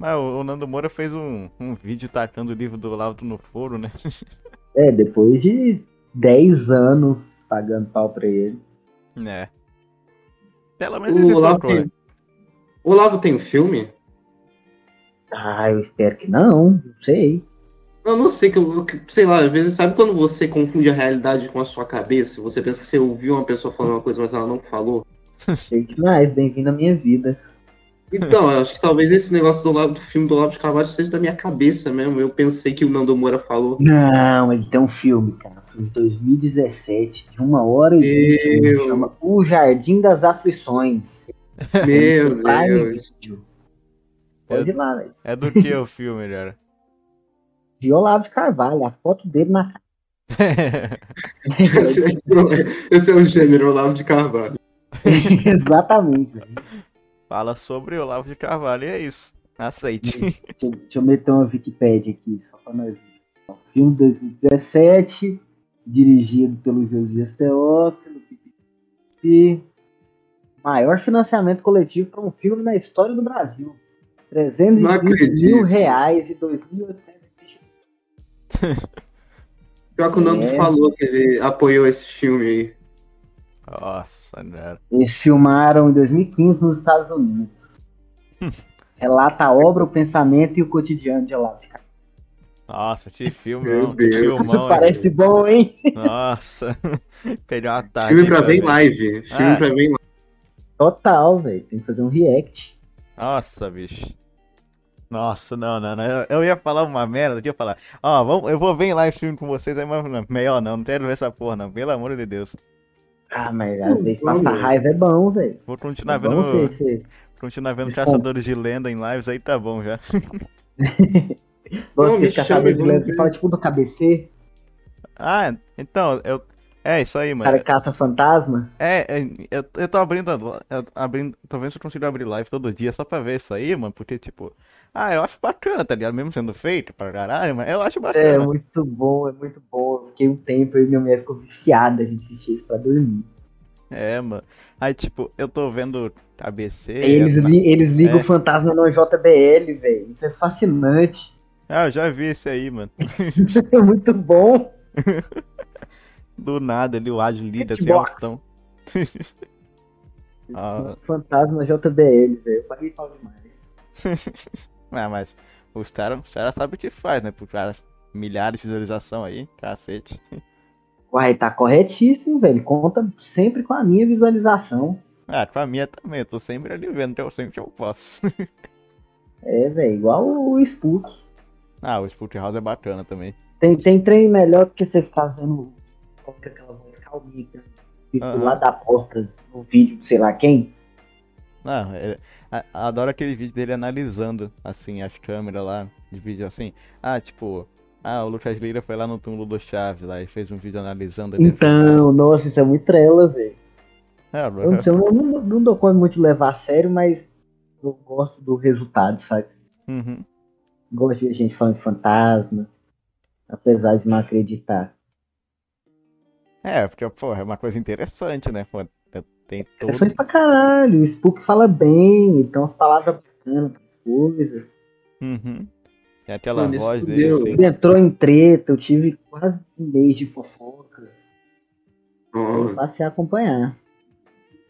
B: Mas o, o Nando Moura fez um, um vídeo tacando o livro do Olavo no foro, né?
C: É, depois de 10 anos pagando pau pra ele.
B: É. Pelo menos
A: O
B: ele se
A: Olavo,
B: tocou, né?
A: tem, o Olavo tem um filme?
C: Ah, eu espero que não. Não sei.
A: Eu não sei, que eu, eu que- sei lá, às vezes sabe quando você confunde a realidade com a sua cabeça? Você pensa que você ouviu uma pessoa falando uma coisa, mas ela não falou.
C: Sei demais. Bem-vindo à minha vida.
A: Então, eu acho que talvez esse negócio do, lado, do filme do Olavo de Carvalho seja da minha cabeça mesmo. Eu pensei que o Nando Moura falou.
C: Não, ele tem um filme, cara. Filme de 2017, de uma hora e vinte.
A: Meu.
C: Chama O Jardim das Aflições.
A: Meu
B: Tá
C: Prime
A: Deus.
C: Video. Pode ir lá, velho.
B: É do que o filme, cara?
C: De Olavo de Carvalho, a foto dele na cara.
A: Esse é- Esse é o gênero Olavo de Carvalho.
C: Exatamente. velho.
B: Fala sobre o Olavo de Carvalho e é isso. Aceite.
C: Deixa, eu- deixa eu meter uma Wikipédia aqui, só pra nós. ver. Ó, Filme 2017, dirigido pelo Josias Teófilo, e maior financiamento coletivo para um filme na história do Brasil. 320 mil
A: acredito.
C: reais e 2.800
A: Pior que o Nando
C: É.
A: falou que ele apoiou esse filme aí.
B: Nossa, cara.
C: Eles filmaram em 2015 nos Estados Unidos.
B: Hum.
C: Relata a obra, o pensamento e o cotidiano de Olavo de Carvalho.
B: Nossa, que
A: Meu
B: filmão, que
A: Deus.
B: filmão. hein?
C: Parece bom, hein?
B: Nossa. Pegar uma tarde.
A: Filme pra
B: pra
A: ver em
B: ver.
A: live. Filme
B: Ah.
A: pra ver em live.
C: Total, velho. Tem que fazer um react.
B: Nossa, bicho. Nossa, não, não, não. Eu, eu ia falar uma merda, eu ia falar. Ó, vamos, eu vou ver em live stream com vocês aí, mas não, melhor não, não quero ver essa porra, não. Pelo amor de Deus.
C: Ah, mas às
A: Hum,
C: vezes
A: bom,
C: passar
A: velho.
C: raiva é bom, velho.
B: Vou continuar
C: É
A: Tá
B: vendo.
C: bom
B: meu-
C: você, você,
B: Continuar vendo
C: Desculpa.
B: Caçadores de Lenda em lives aí, tá bom já.
A: Não, me
C: você ficar
A: chama,
C: sabendo de
A: vamos
C: lance, você
A: ver.
C: fala tipo do KBC,
B: Ah, então, eu. É isso aí, mano.
C: cara caça fantasma.
B: É, é, eu, eu tô abrindo, a- eu, abrindo. Talvez eu consiga abrir live todo dia só pra ver isso aí, mano. Porque, tipo, ah, eu acho bacana, tá ligado? Mesmo sendo feito pra caralho, mas eu acho
C: É
B: bacana.
C: muito bom, é muito bom. Eu fiquei um tempo e minha mulher ficou viciada, a gente assistia isso pra dormir.
B: É, mano. Aí, tipo, eu tô vendo ABC.
C: Aí É eles,
B: na-
C: li- eles ligam
B: É.
C: o fantasma no JBL, velho. Isso é fascinante.
B: Ah, eu já vi esse aí, mano.
C: É muito bom.
B: Do nada ali, o ágil lida assim,
C: Hitbox.
B: altão. Ah.
C: Fantasma JBL, velho. Eu paguei pau demais.
B: Ah, mas os caras os cara sabem o que faz, né? Por cara, milhares de visualização aí, cacete.
C: Uai, tá corretíssimo, velho. Conta sempre com a minha visualização.
B: Ah, com a minha também, eu tô sempre ali vendo, que eu sempre que eu posso.
C: É, velho, igual o Spook.
B: ah, o Spook House é bacana também.
C: Tem, tem trem melhor do que você ficar vendo com aquela voz calminha, né? tipo,
B: Aham.
C: lá da porta, no vídeo, de sei lá quem.
B: Ah, é- a- adoro aquele vídeo dele analisando, assim, as câmeras lá, de vídeo assim. Ah, tipo, ah, o Lucas Lira foi lá no túmulo do Chaves lá e fez um vídeo analisando ali.
C: Então, nossa, isso é muito trela, velho.
B: É,
C: Eu
A: então,
C: não sei, eu não, não, não dou conta muito de levar a sério, mas eu gosto do resultado, sabe?
A: então.
B: uhum.
C: Gosto de gente falando de fantasma, apesar de não acreditar.
B: É, porque, porra, é uma coisa interessante, né? Pô, tem
C: É
B: todo.
C: fã pra caralho. O Spook fala bem, então as palavras bacanas, as coisas.
B: Uhum. Tem aquela
A: Mano, isso
B: voz dele
A: deu-
B: assim.
C: Ele entrou em treta, eu tive quase um mês de fofoca.
A: Nossa.
C: Eu passei a acompanhar.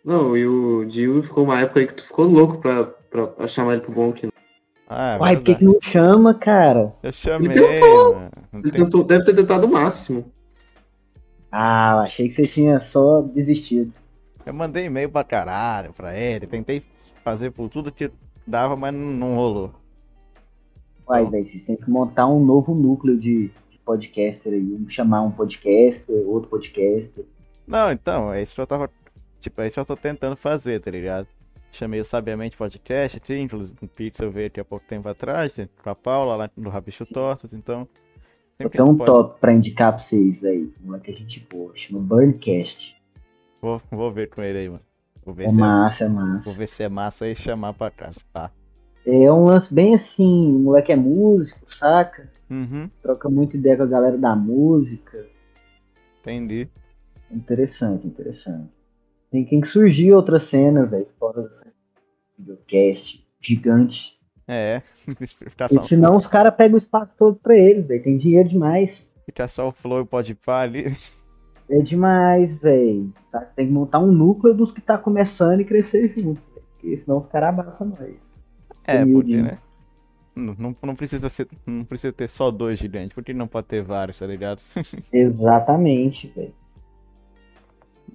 A: Não, e o Dio ficou uma época aí que tu ficou louco pra, pra, pra chamar ele pro né? Bonk.
B: Ah, é
C: Uai, por que,
B: verdade.
C: que não chama, cara?
B: Eu chamei,
A: tentou.
B: mano. Não
A: Ele
B: tem-
A: tentou- deve ter tentado o máximo.
C: Ah, eu achei que você tinha só desistido.
B: Eu mandei e-mail pra caralho pra ele. Tentei fazer por tudo que dava, mas não- não rolou.
C: Uai,
B: Não.
C: velho, vocês têm que montar um novo núcleo de, de podcaster aí. Um- Chamar um podcaster, outro podcaster.
B: Não, então, é isso que eu tava. Tipo, é isso que eu tô tentando fazer, tá ligado? Chamei o Sabiamente Podcast, tinha inclusive um Pixel veio aqui há pouco tempo atrás, tem com a Paula lá no Rabicho Tortos, então.
C: Eu
B: Sempre que
C: tenho um
B: pode-
C: top pra indicar pra vocês aí. Um que a gente boa, chama Burncast.
B: Vou, vou ver com ele aí, mano. Vou ver,
C: É
B: se é,
C: massa, é massa.
B: vou ver se é massa e chamar pra casa. tá? Pá.
C: É um lance bem assim, o moleque é músico, saca?
B: Uhum,
C: Troca muita ideia com a galera da música.
B: entendi.
C: Interessante, interessante. Tem tem que surgir outra cena, velho, fora do videocast gigante.
B: É, ficar só,
C: Porque senão os caras pegam o espaço todo pra eles, velho. Tem dinheiro demais.
B: ficar só o Flow e o Podpah ali.
C: É demais, velho. Tá? Tem que montar um núcleo dos que tá começando e crescer junto. velho. Porque senão os caras abafam nós.
B: É,
C: Humilde,
B: porque,
C: né?
B: né? Não, não, não precisa ser, não precisa ter só dois gigantes, porque não pode ter vários, tá ligado?
C: Exatamente, velho.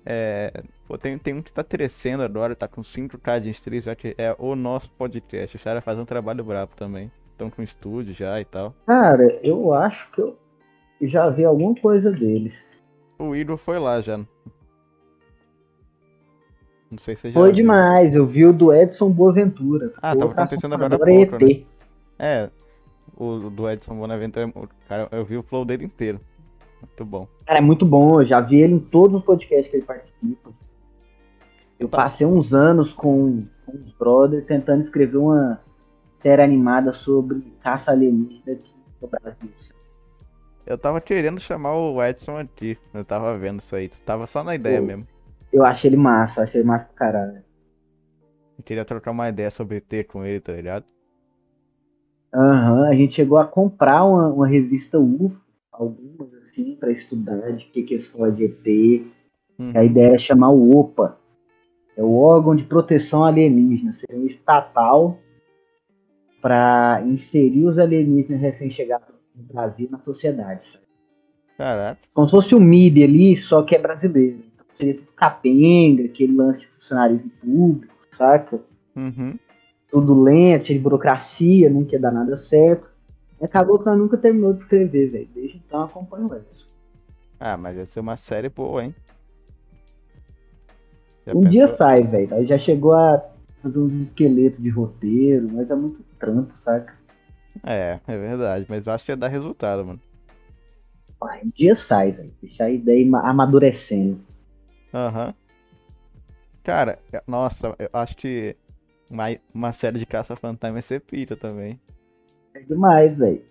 B: É, pô, tem, tem um que tá crescendo agora, tá com 5k de inscritos, já que é o nosso podcast. Os caras fazem um trabalho brabo também. Estão com estúdio já e tal.
C: Cara, eu acho que eu já vi alguma coisa deles.
B: O Igor foi lá já. Não sei se você já
C: Foi
B: viu.
C: demais, eu vi o do Edson Boaventura.
B: Ah,
C: Pô,
B: tava
C: tá
B: acontecendo agora há
C: assustador,
B: pouco, né?
C: ET.
B: É, o do Edson Bonaventura, o cara, eu vi o flow dele inteiro. Muito bom.
C: Cara, é muito bom, eu já vi ele em todos os podcasts que ele participa. Eu
B: Tá.
C: passei uns anos com, com os brothers tentando escrever uma série animada sobre caça alienígena aqui no Brasil.
B: Eu tava querendo chamar o Edson aqui. Eu tava vendo isso aí. Tava só na ideia
C: Pô.
B: mesmo.
C: Eu achei ele massa, eu achei ele massa pra caralho.
B: Eu queria trocar uma ideia sobre ter com ele, tá ligado?
C: Aham, a gente chegou a comprar uma, uma revista UFO, algumas assim, pra estudar de que que é escola de ET,
B: Uhum.
C: É A ideia era chamar o OPA, é o órgão de proteção alienígena, seria um estatal para inserir os alienígenas recém-chegados no Brasil na sociedade. sabe?
B: Caraca.
C: Como se fosse o MIB ali, só que é brasileiro. Então, seria tudo capenga, aquele lance de funcionarismo público, saca?
B: Uhum.
C: Tudo lento, cheio de burocracia, nunca ia dar nada certo. Acabou que ela nunca terminou de escrever, velho. Desde então eu acompanho ela.
B: Ah, mas ia ser uma série boa, hein? Já
C: Um dia
B: pensou?
C: sai, velho. Aí já chegou a fazer um esqueleto de roteiro, mas é muito trampo, saca?
B: É, é verdade, mas eu acho que ia dar resultado, mano.
C: Vai, um dia sai, velho. Deixar a ideia ima- amadurecendo.
B: Aham. Cara, eu- nossa, eu acho que uma, uma série de caça-fantasma ia ser pira também.
C: É demais, velho.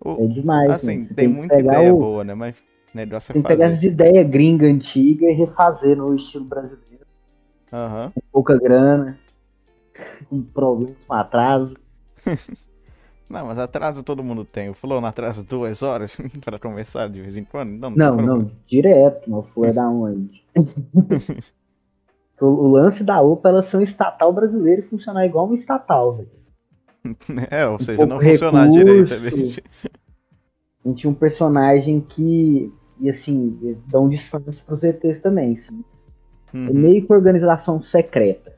B: O-
C: É demais.
B: assim,
C: velho. Você
B: tem
C: que
B: muita
C: pegar
B: ideia
C: o-
B: boa, né? Mas o negócio é
C: Tem que pegar
B: fazer.
C: essas ideias gringas antigas e refazer no estilo brasileiro.
B: Aham.
C: Com pouca grana, com problemas com atraso.
B: Não, mas atraso todo mundo tem. O Flow não atrasa duas horas pra começar de vez em quando? Não, tem
C: Não,
B: problema.
C: não, direto, não foi da onde. o, o lance da UPA, elas são estatal brasileiro e funcionar igual uma estatal, velho.
B: É, ou seja,
C: Um pouco
B: não funcionar direito.
C: recurso.
B: né, gente?
C: a gente tinha um personagem que, e assim, eles dão um disfarce pros ETs também, assim. É
B: Uhum,
C: meio que organização secreta.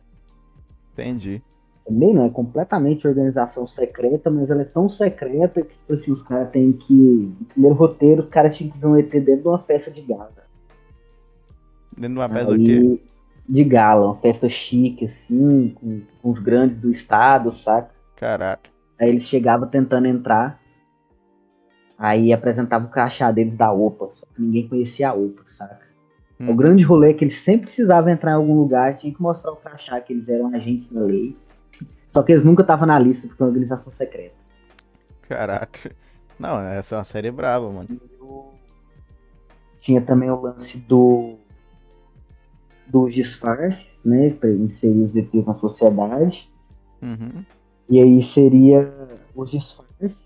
B: entendi.
C: É meio não, é completamente organização secreta, mas ela é tão secreta que, tipo assim, os caras têm que. No primeiro roteiro, os caras tinham que ver um ET dentro de uma festa de gala.
B: Dentro de uma peça do quê?
C: Aí, de gala, uma festa chique, assim, com, com os grandes do estado, saca?
B: Caraca.
C: Aí eles chegavam tentando entrar. Aí apresentava o crachá deles da OPA. Só que ninguém conhecia a OPA, saca? O
B: Uhum.
C: grande rolê é que eles sempre precisavam entrar em algum lugar, tinha que mostrar o crachá que eles eram agentes da lei. Só que eles nunca estavam na lista porque é uma organização secreta.
B: Caraca. Não, essa é uma série braba, mano.
C: Tinha também o lance do dos disfarces, né? Pra inserir os ETs na sociedade.
B: Uhum.
C: E aí seria os disfarces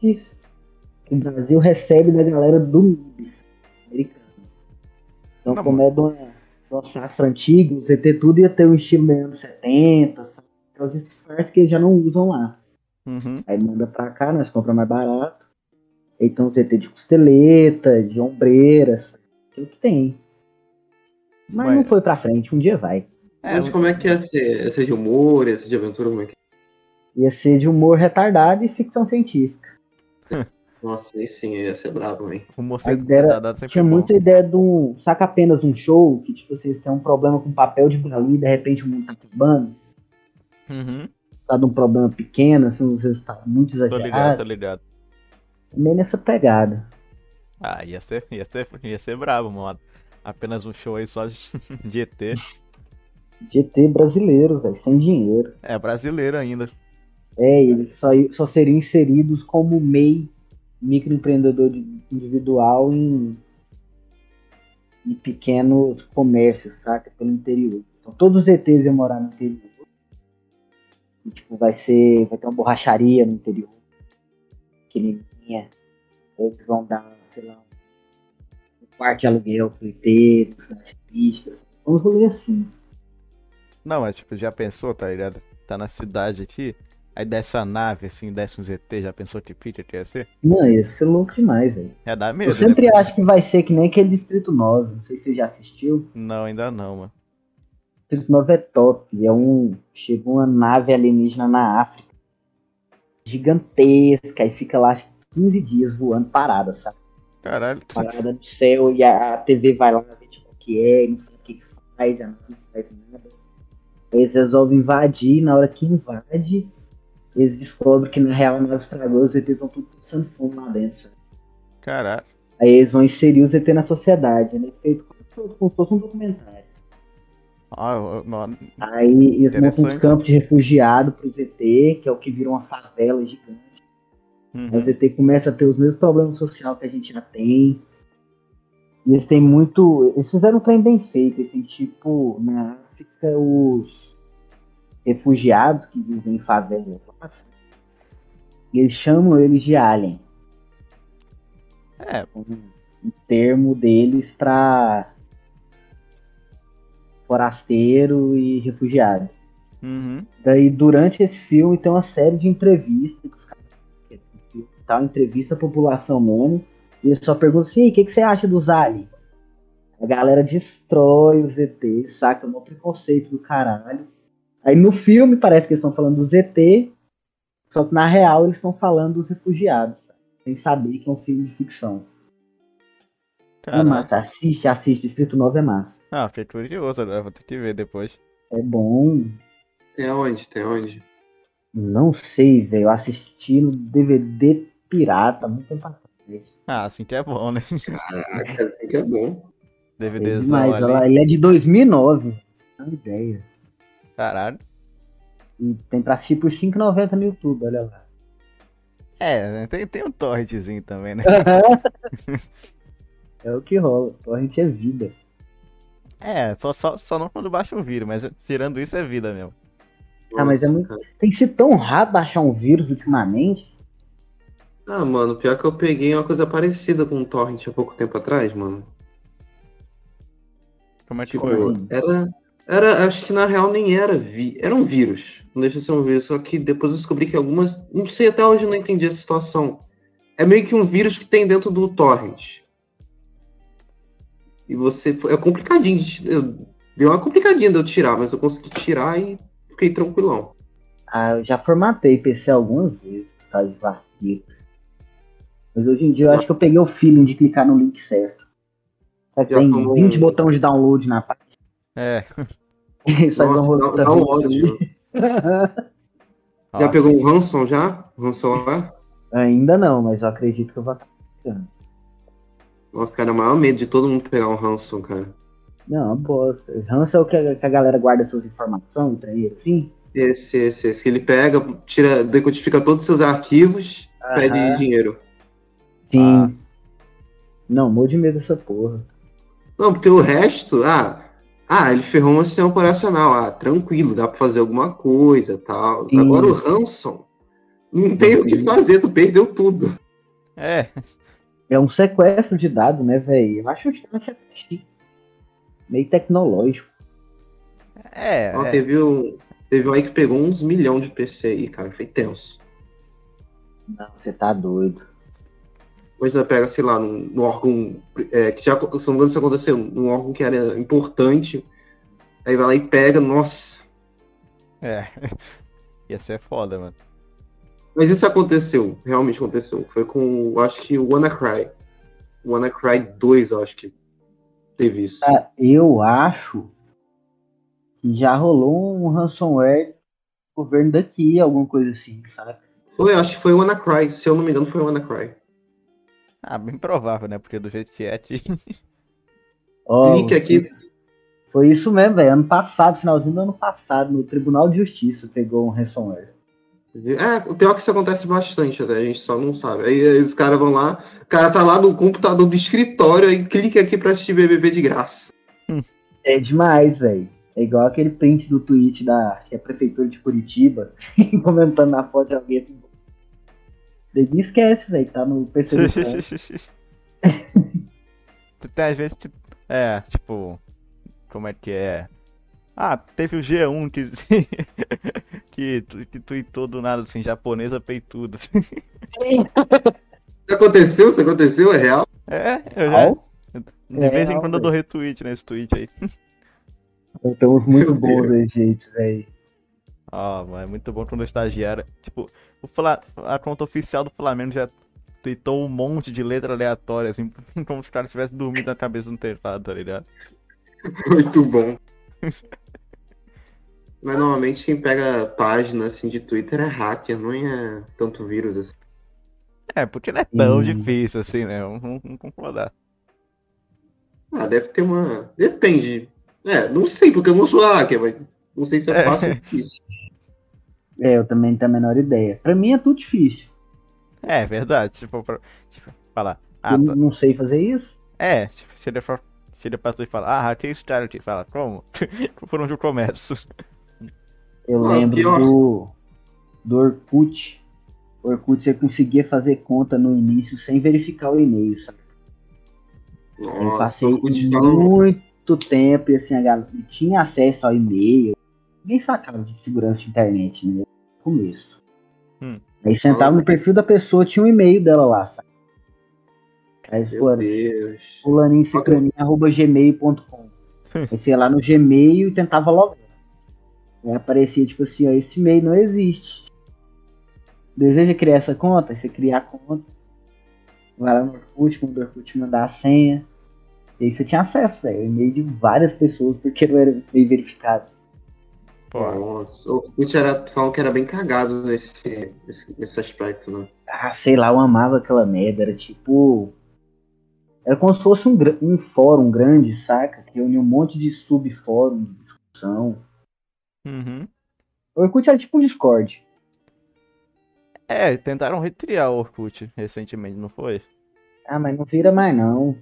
C: que o Brasil recebe da galera do MIB americano. Então,
B: Não,
C: como é de uma aquela safra antiga, os ET tudo ia ter um estilo dos anos 70, sabe? aquelas disfarces que eles já não usam lá.
B: Uhum.
C: Aí manda pra cá, nós compramos mais barato. Então os ET de costeleta, de ombreiras, que é o que tem. Mas
B: Ué.
C: não foi pra frente, um dia vai.
B: É,
A: Mas como é que ia ser? Ia ser de humor, ia ser de aventura, como é que
C: Ia ser de humor retardado e ficção científica.
A: Nossa, aí sim, ia ser bravo, hein?
B: o morcego
C: ideia era-
B: retardado sempre
C: Tinha
B: é bom.
C: muita ideia de um. Saca apenas um show, que tipo, vocês têm um problema com papel de galinha e de repente o mundo tá acabando.
B: Uhum.
C: Tá de um problema pequeno, assim, um resultado muito
B: Tô ligado,
C: exagerado.
B: tô ligado.
C: Também nessa pegada.
B: Ah, ia ser, ia ser, ia ser brabo, mano. Apenas um show aí só de ET.
C: GT brasileiro, velho, sem dinheiro.
B: É brasileiro ainda.
C: É, eles só, só seriam inseridos como MEI, microempreendedor de- individual em, em pequenos comércios, saca? Pelo interior. Então todos os ETs iam morar no interior. E, tipo, vai ser. Vai ter uma borracharia no interior. Pequenininha. Eles vão dar, sei lá, um quarto de aluguel pro ET, nas pistas. Vamos rolê assim.
B: Não, mas tipo, já pensou, tá ligado? Tá na cidade aqui, aí desce a nave, assim, desce um ZT, já pensou que Peter que ia ser?
C: Mano, ia ser louco demais, velho.
B: É dar medo,
C: Eu
B: né?
C: sempre acho que vai ser que nem aquele Distrito 9. Não sei se você já assistiu.
B: Não, ainda não, mano.
C: Distrito 9 é top. É um. Chegou uma nave alienígena na África. Gigantesca. E fica lá acho que 15 dias voando parada, sabe?
B: Caralho, tu-
C: Parada no céu. E a a TV vai lá ver tipo, o que é. e Não sei o que que faz. A nave não faz nada. Eles resolvem invadir. e Na hora que invade, eles descobrem que na real a nave estragou. Os ETs estão tudo passando fome lá dentro, sabe?
B: caralho.
C: Aí eles vão inserir o ZT na sociedade, né? Feito como como se fosse um documentário.
B: Ah, eu- não,
C: Aí eles montam um
B: Interessante.
C: campo de refugiado pro ZT, que é o que vira uma favela gigante. Aí o
B: uhum.
C: ZT começa a ter os mesmos problemas sociais que a gente já tem. E eles têm muito. Eles fizeram um trem bem feito. Eles têm tipo, na África, os refugiados que vivem em favelas. Eles chamam eles de alien.
B: É,
C: um, um termo deles pra forasteiro e refugiado. é
B: uhum.
C: Daí, durante esse filme, tem uma série de entrevistas. que os caras- que o Tal entrevista a população mesmo. E eles só perguntam assim: "E aí, o que, que você acha dos aliens? A galera destrói os ETs, saca? É um preconceito do caralho. Aí no filme parece que eles estão falando dos ET, só que na real eles estão falando dos refugiados, sabe? sem saber que é um filme de ficção. É
B: Caralho.
C: massa, assiste, assiste. Distrito 9 é massa.
B: Ah, fiquei curioso agora, vou ter que ver depois.
C: É bom.
A: Tem aonde? Tem aonde?
C: Não sei, velho. Eu assisti no DVD pirata, muito tempo atrás.
B: Ah, assim que é bom, né?
A: Caraca, assim que é bom.
C: É
B: DVDzão
C: demais, olha
B: ali.
C: lá. Ele é de 2009. Não tenho ideia.
B: Caralho.
C: E tem pra assistir por 5,90 no YouTube, olha lá.
B: É, né, tem, tem um torrentzinho também, né?
C: É o que rola. Torrent é vida.
B: É, só, só, só não quando baixa um vírus, mas tirando isso é vida mesmo.
C: Ah, mas é muito-
A: cara.
C: Tem que ser tão rápido achar um vírus ultimamente.
A: Ah, mano, pior que eu peguei uma coisa parecida com o Torrent há pouco tempo atrás, mano.
B: Como é que
A: Tipo,
B: foi?
C: Sim.
A: era, era. Acho que na real nem era vi, era um vírus. Não deixa de ser um vírus, só que depois eu descobri que algumas. Não sei, até hoje eu não entendi essa situação. É meio que um vírus que tem dentro do torrent. E você. É complicadinho. de- eu- deu uma complicadinha de eu tirar, mas eu consegui tirar e fiquei tranquilão.
C: Ah, eu já formatei PC algumas vezes por causa de vacilo. Mas hoje em dia eu acho que eu peguei o feeling de clicar no link certo. Só que
A: Já
C: Tem
A: tomou
C: 20
A: um-
C: botões de download na página.
B: É.
A: Nossa,
C: Só de
A: dá,
C: download da
A: dá um
C: vida.
A: ódio. Já
B: Nossa.
A: pegou um Hanson já? Hanson lá?
C: Ainda não, mas eu acredito que eu vou.
A: Nossa, cara, é o maior medo de todo mundo pegar um Hanson, cara.
C: Não, bosta. Hans é o que a, que a galera guarda suas informações pra ele, assim?
A: Esse, esse, esse que ele pega, tira, decodifica todos os seus arquivos, pede
C: Aham.
A: dinheiro.
B: Ah.
C: Sim. Não, morro de medo dessa porra.
A: Não, porque o resto, ah, ah, ele ferrou um sistema operacional, ah, tranquilo, dá pra fazer alguma coisa tal.
C: Sim. Uhum.
A: Agora o Hanson, não tem o que fazer, tu perdeu tudo.
B: É,
C: É um sequestro de dados, né, velho? Eu acho que eu acho chique. assim. meio tecnológico.
B: É,
A: Ó,
B: é,
A: teve, um, teve um aí que pegou uns milhão de PC aí, cara. Foi tenso.
C: Não, você tá doido.
A: Hoje ela pega, sei lá, num, num órgão é, que já, se não me engano, isso aconteceu, num órgão que era importante. Aí vai lá e pega, nossa.
B: é. Ia ser foda, mano.
A: Mas isso aconteceu, realmente aconteceu. Foi com, eu acho que o WannaCry. O WannaCry 2, eu acho que teve isso.
C: Cara, Tá, eu acho que já rolou um ransomware do governo daqui, alguma coisa assim, sabe?
A: Foi, eu acho que foi o WannaCry, se eu não me engano, foi o WannaCry.
B: Ah, bem provável, né? Porque do jeito que é, tinha-
C: Ó,
A: Clique aqui.
C: Foi isso mesmo, velho. Ano passado, finalzinho do ano passado, no Tribunal de Justiça pegou um ransomware.
A: É, o pior é que isso acontece bastante até, a gente só não sabe. Aí, aí os caras vão lá, o cara tá lá no computador do escritório aí clica aqui pra assistir BBB de graça.
C: É demais, velho. É igual aquele print do tweet da que é a prefeitura de Curitiba, comentando na foto de alguém. assim. Ele esquece, velho. Tá no PC do cara.
B: Tu Tem às vezes, tipo, é, tipo, como é que é? Ah, teve o G1 que, que, tu- que tweetou do nada, assim, japonesa peituda. assim.
A: Isso aconteceu? Isso aconteceu? É real?
B: É, eu já, de vez em
C: real,
B: quando eu dou retweet nesse tweet aí.
C: Eu tenho uns muito
A: Meu
C: bons
A: Deus.
C: desse jeito, velho.
B: Ó, mano, é muito bom quando o estagiário. Tipo, o Fla... a conta oficial do Flamengo já tweetou um monte de letra aleatória, assim, como se o cara tivesse dormido na cabeça no teclado, tá ligado?
A: Muito bom. Mas normalmente quem pega página assim de Twitter é hacker, não é tanto vírus assim.
B: É, porque não é tão
C: Hum.
B: difícil assim, né? Vamos, vamos- vamos concordar.
A: Ah, deve ter uma. Depende. É, não sei, porque eu não sou hacker, mas não sei se eu
B: É.
A: faço isso.
C: É, eu também não tenho a menor ideia. Pra mim é tudo difícil.
B: É, verdade. Tipo, pra... tipo falar. Ah,
C: eu
B: tá...
C: não sei fazer isso.
B: É, tipo, se ele for. Se ele passou e falar, ah, que isso, cara, que fala, como? Por onde eu começo?
C: Eu
A: Ah,
C: lembro
A: pior.
C: do, do Orkut. Orkut você conseguia fazer conta no início sem verificar o e-mail, sabe? eu
A: Nossa,
C: passei
A: eu vou te falar um-
C: muito tempo e assim, a galera tinha acesso ao e-mail. Ninguém sacava de segurança de internet, né? No começo.
B: Hum.
C: Aí sentava no perfil da pessoa, tinha um e-mail dela lá, sabe? Aí, pô,
A: Meu Deus.
C: fulaninho, ciclaninho, arroba gmail.com. Aí você ia lá no Gmail e tentava logar. Aí aparecia tipo assim, ó, esse e-mail não existe. Deseja criar essa conta? Aí Você cria a conta. Vai lá no Orkut, manda o Orkut mandar a senha. E aí você tinha acesso, velho. E-mail de várias pessoas, porque não era e-mail verificado.
B: Pô,
A: Nossa, o Orkut era, falam que era bem cagado nesse, nesse, nesse aspecto, né?
C: Ah, sei lá, eu amava aquela merda. Era tipo. Era como se fosse um, gra- um fórum grande, saca? Que reunia um monte de subfórum de discussão.
B: uhum.
C: O Orkut era tipo um Discord.
B: É, tentaram retriar o Orkut recentemente, não foi?
C: Ah, mas não vira mais não.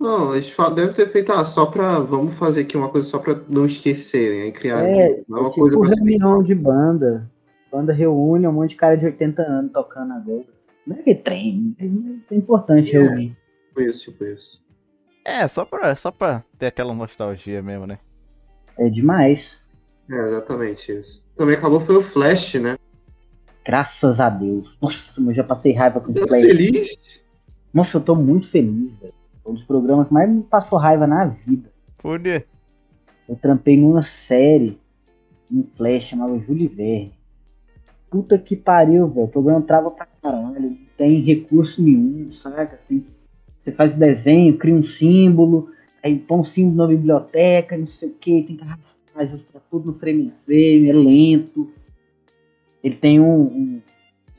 A: Não, eles falam, devem ter feito ah, só pra. Vamos fazer aqui uma coisa só pra não esquecerem. Aí criaram
C: É,
A: não é uma
C: tipo
A: coisa pra se
C: reunião de banda. Banda reúne um monte de cara de 80 anos tocando agora. Não é que trem, é importante
A: É.
C: reunir.
A: Tipo isso, tipo isso.
B: É, só pra, só pra ter aquela nostalgia mesmo, né?
C: É demais.
A: É, exatamente isso. Também acabou foi o Flash, né?
C: Graças a Deus. Nossa, eu já passei raiva com o
A: Tô
C: Play.
A: feliz.
C: Nossa, eu tô muito feliz, velho. Foi Um dos programas que mais me passou raiva na vida.
B: Por quê?
C: Eu trampei numa série, em Flash, chamava Júlio Verne. Puta que pariu, velho. O programa trava pra caralho. Não tem recurso nenhum, saca? Tem- você faz desenho, cria um símbolo, aí põe um símbolo na biblioteca, não sei o que, tem que arrastar, ajustar tudo no frame a frame, é lento. Ele tem um, um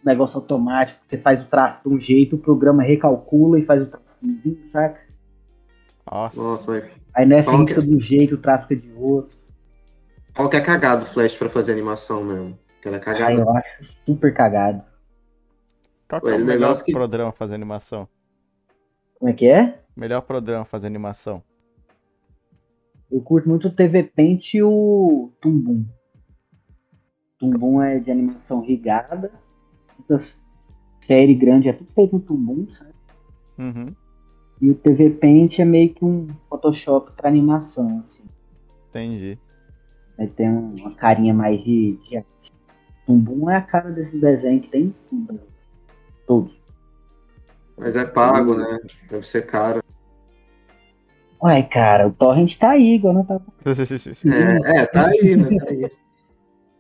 C: negócio automático, você faz o traço de um jeito, o programa recalcula e faz o traço, um, saca?
B: Nossa.
A: Nossa, mas
C: Aí nessa
A: Qual que
C: fica
A: é?
C: de um jeito, o traço fica de outro.
A: falam que é cagado o Flash pra fazer animação mesmo. Que é era
C: Ah,
A: cagado.
C: eu acho super cagado.
B: Qual que
A: Ué,
B: é
A: o
B: o melhor
A: um negócio que-
B: programa pra fazer animação?
C: Como é que é?
B: Melhor programa pra fazer animação.
C: Eu curto muito o TV Paint e o Tumbum. Tumbum é de animação rigada. Essa série grande é tudo feito no Tumbum, sabe?
B: Uhum.
C: E o TV Paint é meio que um Photoshop para animação, assim.
B: Entendi.
C: Ele tem um, uma carinha mais de. de... Bumbum é a cara desse desenho que tem em tudo. Todos.
A: Mas é pago, né? Deve ser caro.
C: Ué, cara, o Torrent tá aí, igual não tá.
A: É, é, tá aí, né? Tá aí.
B: Uhum.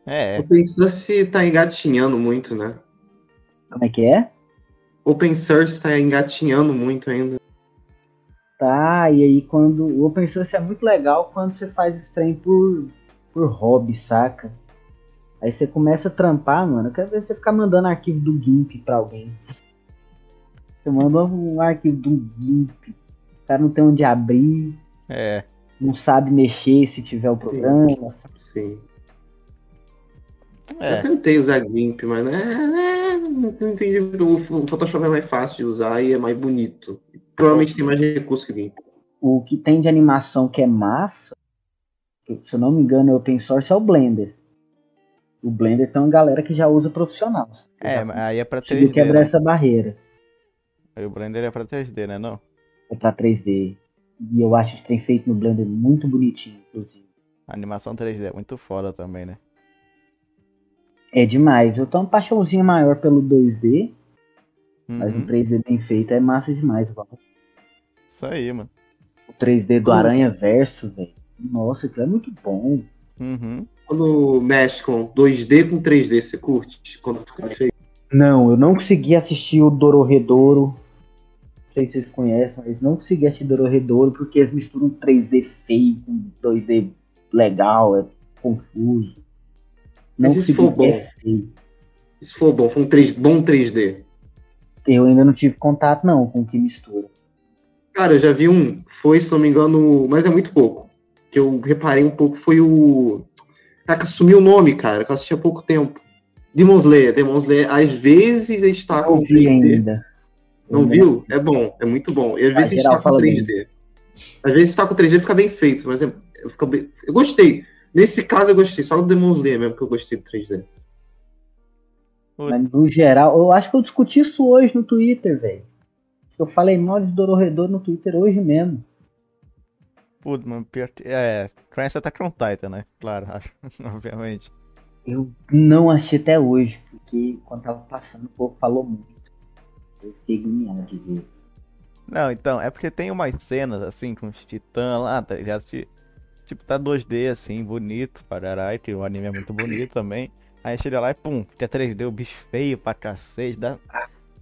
B: É, é.
A: Open Source tá engatinhando muito, né?
C: Como é que é?
A: Open Source tá engatinhando muito ainda.
C: Tá, e aí quando. O open source é muito legal quando você faz esse trem por, por hobby, saca? Aí você começa a trampar, mano. Eu quero ver você ficar mandando arquivo do GIMP pra alguém. Você manda um arquivo do GIMP. O cara não tem onde abrir,
B: É.
C: não sabe mexer se tiver o programa. sabe?
A: Sim. Eu
B: É.
A: tentei usar GIMP, mas né, é, não entendi. O Photoshop é mais fácil de usar e é mais bonito. Provavelmente tem mais recurso que o GIMP.
C: O que tem de animação que é massa, que, se eu não me engano é open source, é o Blender. O Blender tem uma galera que já usa profissional.
B: É, mas aí é pra
C: Conseguiu
B: 3D.
C: quebrar
B: Né?
C: essa barreira.
B: Aí O Blender é pra 3D, né? Não?
C: É pra 3D. E eu acho que tem feito no Blender muito bonitinho, inclusive.
B: Animação 3D é muito foda também, né?
C: É demais. Eu tenho uma paixãozinha maior pelo 2D, mas um
B: Uhum.
C: 3D bem feito é massa demais. igual.
B: Isso aí, mano.
C: O 3D do
A: Hum.
C: Aranha Verso, velho. Nossa, aquilo é muito bom.
B: Uhum.
A: Quando mexe com 2D com 3D, você curte? Quando fica mais feio?
C: Não, eu não consegui assistir o Dororedoro. Não sei se vocês conhecem, mas não consegui assistir Dororedoro porque eles misturam 3D feio com 2D legal, é confuso. Não
A: Mas isso foi
C: consegui
A: bom.
C: é feio.
A: Se for bom, foi um 3, bom 3D.
C: Eu ainda não tive contato não com o que mistura.
A: Cara, eu já vi um, foi, se não me engano, mas é muito pouco. Que eu reparei um pouco, foi o. Caraca, sumiu o nome, cara, que eu assisti há pouco tempo. Demon Slayer, Demon Slayer, às vezes a gente tá
C: Não
A: com
C: vi
A: 3D.
C: ainda. né?
A: Não viu? É bom, é muito bom. E às
C: Ah,
A: vezes a gente
C: geral
A: tá com
C: fala
A: 3D. Às vezes tá com 3D fica bem feito, mas é, eu, fica bem- eu gostei. Nesse caso eu gostei, só do Demon Slayer mesmo que eu gostei do 3D.
C: Mas no geral, eu acho que eu discuti isso hoje no Twitter, velho. Eu falei mal de Dororedoro no Twitter hoje mesmo.
B: Putz, mano, pior que. É. Conhece Attack on Titan, né? Claro, acho. Obviamente.
C: Eu não achei até hoje, porque quando tava passando, o povo falou muito. Eu fiquei agoniado de ver.
B: Não, então, é porque tem umas cenas, assim, com os titãs lá, tá ligado? Que, tipo, tá 2D, assim, bonito, pararai, que o anime é muito bonito também. Aí chega lá e pum, fica 3D, o bicho feio pra cacete, dá...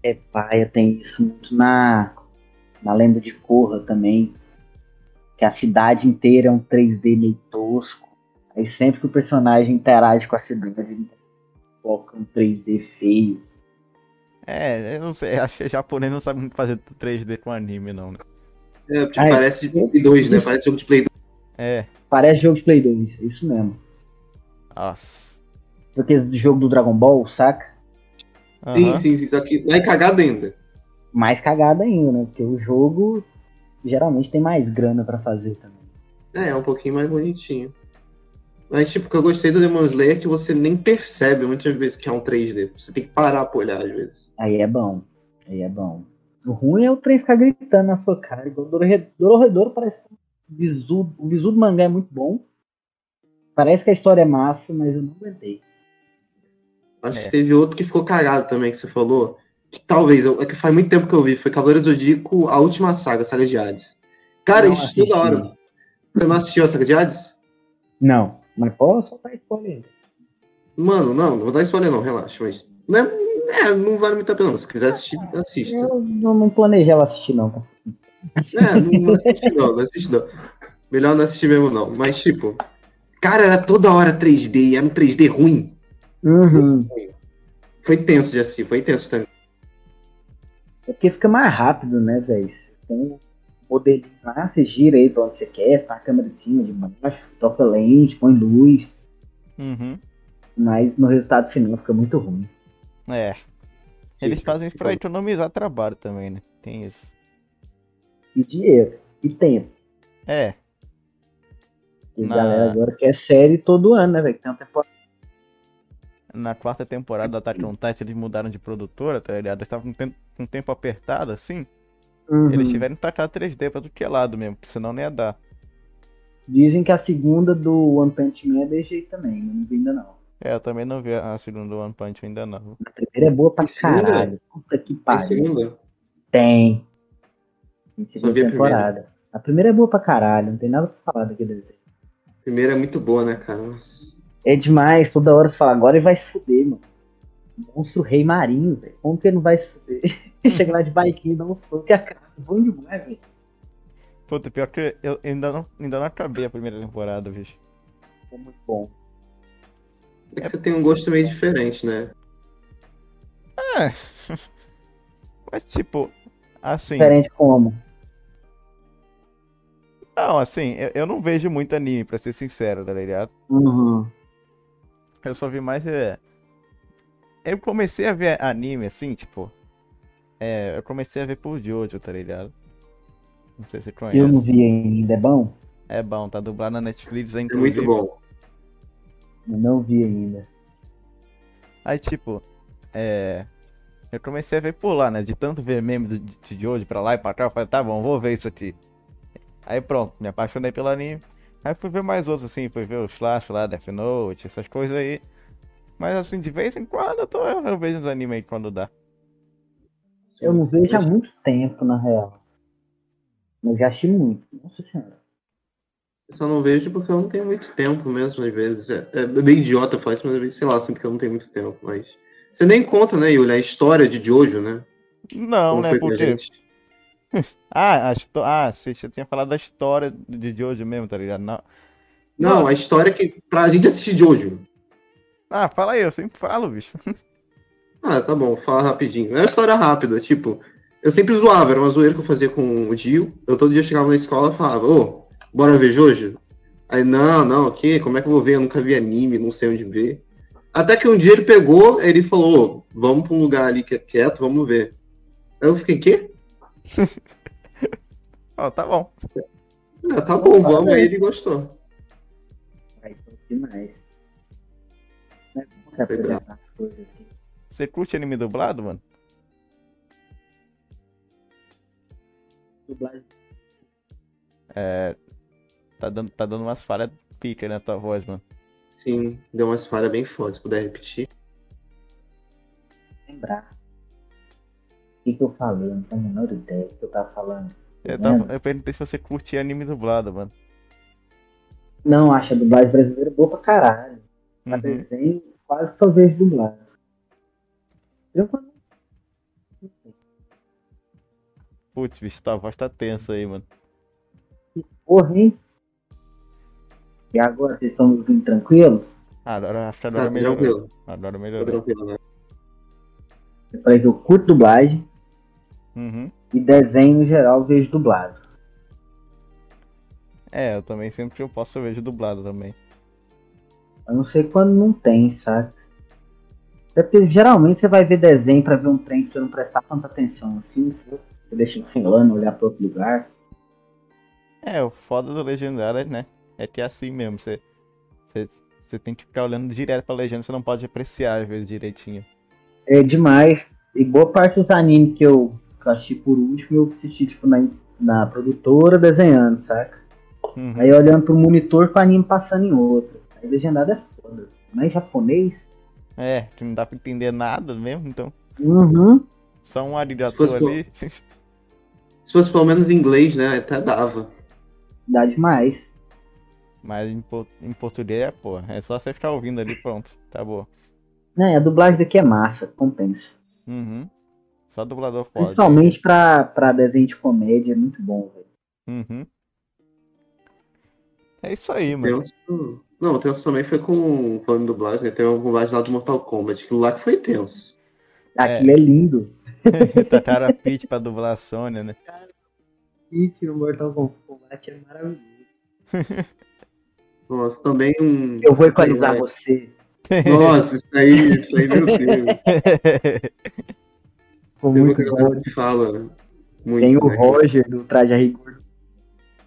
C: É paia, tem isso muito na, na lenda de Corra também. Que a cidade inteira é um 3D meio tosco. Aí sempre que o personagem interage com a cidade, ele coloca um 3D feio.
B: É, eu não sei, acho que japonês não sabe muito fazer 3D com anime, não, né?
A: É, tipo,
C: Ah, é.
A: parece de Play 2, né? Parece jogo de Play 2.
B: É,
C: Parece jogo de Play 2, é isso mesmo.
B: nossa.
C: Porque o jogo do Dragon Ball, saca?
A: Sim,
B: Aham.
A: sim, sim. Só que vai cagado ainda.
C: Mais cagada ainda, né? Porque o jogo geralmente tem mais grana pra fazer também.
A: É, é um pouquinho mais bonitinho. Mas, tipo, o que eu gostei do Demon Slayer é que você nem percebe muitas vezes que é um 3D. Você tem que parar pra olhar às vezes.
C: Aí é bom. Aí é bom. O ruim é o trem ficar gritando na sua cara. Igual o Dororedoro Dororedoro parece um visudo. O visudo do mangá é muito bom. Parece que a história é massa, mas eu não aguentei.
A: Acho
B: É.
A: que teve outro que ficou cagado também, que você falou. Que talvez, eu- é que faz muito tempo que eu vi. Foi Cavaleiro do Zodíaco, a última saga, a Saga de Hades. Cara,
C: Não
A: isso toda
C: assisti.
A: hora. Você não assistiu a Saga de Hades?
C: Não, mas posso soltar spoiler.
A: Mano, não, não vou dar spoiler não, relaxa. Mas não, é, é, não vale muito a pena. não. Se quiser assistir, assista.
C: Eu não, não planejava assistir, não. cara.
A: É, não, não assisti não, não assisti não. Melhor não assistir mesmo não. Mas, tipo, cara, era toda hora 3D, e era um 3D ruim.
C: Uhum.
A: Foi tenso de assistir, foi tenso também.
C: É porque fica mais rápido, né, velho? Tem um modelinho lá, você gira aí pra onde você quer, tá a câmera de cima, de baixo, toca lente, põe luz.
B: Uhum.
C: Mas no resultado final fica muito ruim.
B: É. Eles fazem isso pra economizar trabalho também, né? Tem isso.
C: E dinheiro, e tempo.
B: É,
C: E a
B: Na-
C: galera agora quer série todo ano, né, velho? Que Tem uma temporada.
B: na quarta um temporada do Attack on Titan eles mudaram de produtora, tá ligado? Eles estavam com tem- com tempo apertado, assim.
C: Uhum.
B: Eles tiveram que tacar 3D pra tudo que é lado mesmo, porque senão não ia dar.
C: Dizem que a segunda do One Punch Man é desse jeito também, eu não vi ainda não.
B: É, eu também não vi a segunda do One Punch Man ainda não.
C: A primeira é boa pra
A: Tem segunda?
C: caralho. Puta que
A: Tem
C: pariu.
A: segunda?
C: Tem. Tem
A: Só vi
C: segunda
A: a primeira.
C: temporada. A primeira é boa pra caralho, não tem nada pra falar daquele desenho.
A: A primeira é muito boa, né, cara? Nossa.
C: É demais, toda hora você fala, agora ele vai se fuder, mano. Monstro rei marinho, velho. Como que ele não vai se fuder? Chega lá de biquinho, dá um soco e acaba. Bom demais, velho.
B: Puta, pior que eu ainda não, ainda não acabei a primeira temporada, bicho.
C: É muito bom.
A: É que você tem um gosto meio diferente, né?
B: É. Mas tipo, assim.
C: Diferente como?
B: Não, assim, eu, eu não vejo muito anime, pra ser sincero, tá ligado?
C: Uhum.
B: Eu só vi mais. É... Eu comecei a ver anime assim, tipo. É, eu comecei a ver por Jojo, tá ligado? Não sei se você conhece.
C: Eu não vi ainda, é bom?
B: É bom, tá dublado na Netflix,
A: É muito
B: inclusive.
A: bom.
C: Eu não vi ainda.
B: Aí, tipo, é. Eu comecei a ver por lá, né? De tanto ver meme do, de, de hoje pra lá e pra cá, eu falei, tá bom, vou ver isso aqui. Aí pronto, me apaixonei pelo anime. Aí fui ver mais outros, assim, fui ver o Slash lá, Death Note, essas coisas aí. Mas assim, de vez em quando eu, tô, eu vejo os animes aí quando dá.
C: Eu não vejo há muito tempo, na real. Mas já assisti muito. Nossa senhora.
A: Eu só não vejo porque eu não tenho muito tempo mesmo, às vezes. É, é bem idiota falar isso, mas às vezes, sei lá, assim, porque eu não tenho muito tempo, mas. Você nem conta, né, Yuri, a história de Jojo, né?
B: Não,
A: Como
B: né?
A: foi pra
B: Porque.
A: gente.
B: Ah, a histó- ah, você já tinha falado da história de Jojo mesmo, tá ligado? Não.
A: Não, a história é que. Pra gente assistir Jojo.
B: Ah, fala aí, eu sempre falo, bicho.
A: Ah, tá bom, fala rapidinho. É uma história rápida, tipo, eu sempre zoava, era uma zoeira que eu fazia com o Dio. Eu todo dia chegava na escola e falava, ô, bora ver Jojo? Aí, não, não, o quê? Como é que eu vou ver? Eu nunca vi anime, não sei onde ver. Até que um dia ele pegou, ele falou, ô, vamos pra um lugar ali que é quieto, vamos ver. Aí eu fiquei, quê?
B: Ó, tá bom.
A: Ah, tá bom,
C: Ah,
A: vamos.
C: é.
A: Aí
B: né?
A: ele gostou.
C: Aí foi demais. Não é bom você apresentar as coisas assim.
B: Você curte anime dublado, mano?
C: Dublagem.
B: É. Tá dando, tá dando umas falhas pica aí na tua voz, mano.
A: Sim, deu umas falhas bem fodas, se puder repetir.
C: lembrar. O que, que eu falei? Eu não tenho a menor ideia do que eu tava falando.
B: Eu,
C: Tá
B: tava,
C: vendo?
B: eu perguntei se você curtia anime dublado, mano.
C: Não, acho a dublagem brasileira boa pra caralho. Pra
B: Uhum.
C: desenho, quase só vejo dublado. Eu quando
B: Putz, bicho, tua voz tá tensa aí, mano.
C: porra, hein? E agora vocês estão me ouvindo tranquilo?
B: Ah, agora, acho
A: Tá
B: que agora melhorou.
A: tranquilo,
B: Agora
A: tá
B: melhorou.
A: tranquilo, né?
C: Eu falei que eu curto dublagem
B: Uhum.
C: e desenho no geral eu vejo dublado.
B: É, eu também sempre que eu posso eu vejo dublado também.
C: A não ser quando não tem, sabe? É porque geralmente você vai ver desenho pra ver um trem que você não prestar tanta atenção assim, você você deixa filando, olhar pra outro lugar.
B: É, o foda do legendário, é, né? É que é assim mesmo. Você, você, você tem que ficar olhando direto pra legenda, você não pode apreciar às vezes direitinho.
C: É demais. E boa parte dos animes que eu, que eu assisti por último, eu assisti tipo, na, na produtora desenhando, saca?
B: Uhum.
C: Aí olhando pro monitor com o anime passando em outro. Aí legendado é foda. Mas japonês?
B: É, que não dá pra entender nada mesmo, então.
C: Uhum.
B: Só um arigato
A: fosse pro-
B: ali.
A: Se fosse pelo menos em inglês, né? Até dava.
C: Dá demais.
B: Mas em, po- em português é, pô. É só você ficar ouvindo ali, pronto. Tá bom.
C: Né, a dublagem daqui é massa, compensa.
B: Uhum. Só dublador foda.
C: Principalmente pra, pra desenho de comédia, é muito bom, velho.
B: Uhum. É isso aí, mano.
A: Tenso. Não, o tenso também foi com falando em dublagem, né? Tem uma dublagem lá do Mortal Kombat, aquilo lá que foi tenso.
C: Aquilo é, lindo.
B: Tacaram a Peach pra dublar a Sônia, né?
C: Isso, Então, o Mortal Kombat é maravilhoso.
A: Nossa, também um.
C: Eu vou equalizar você.
A: Nossa, isso aí, isso aí, meu Deus.
C: Ficou
A: Tem uma
C: muito
A: que a
C: bom.
A: galera que fala muito.
C: Tem o
A: né?
C: Roger do Traje a Rigor.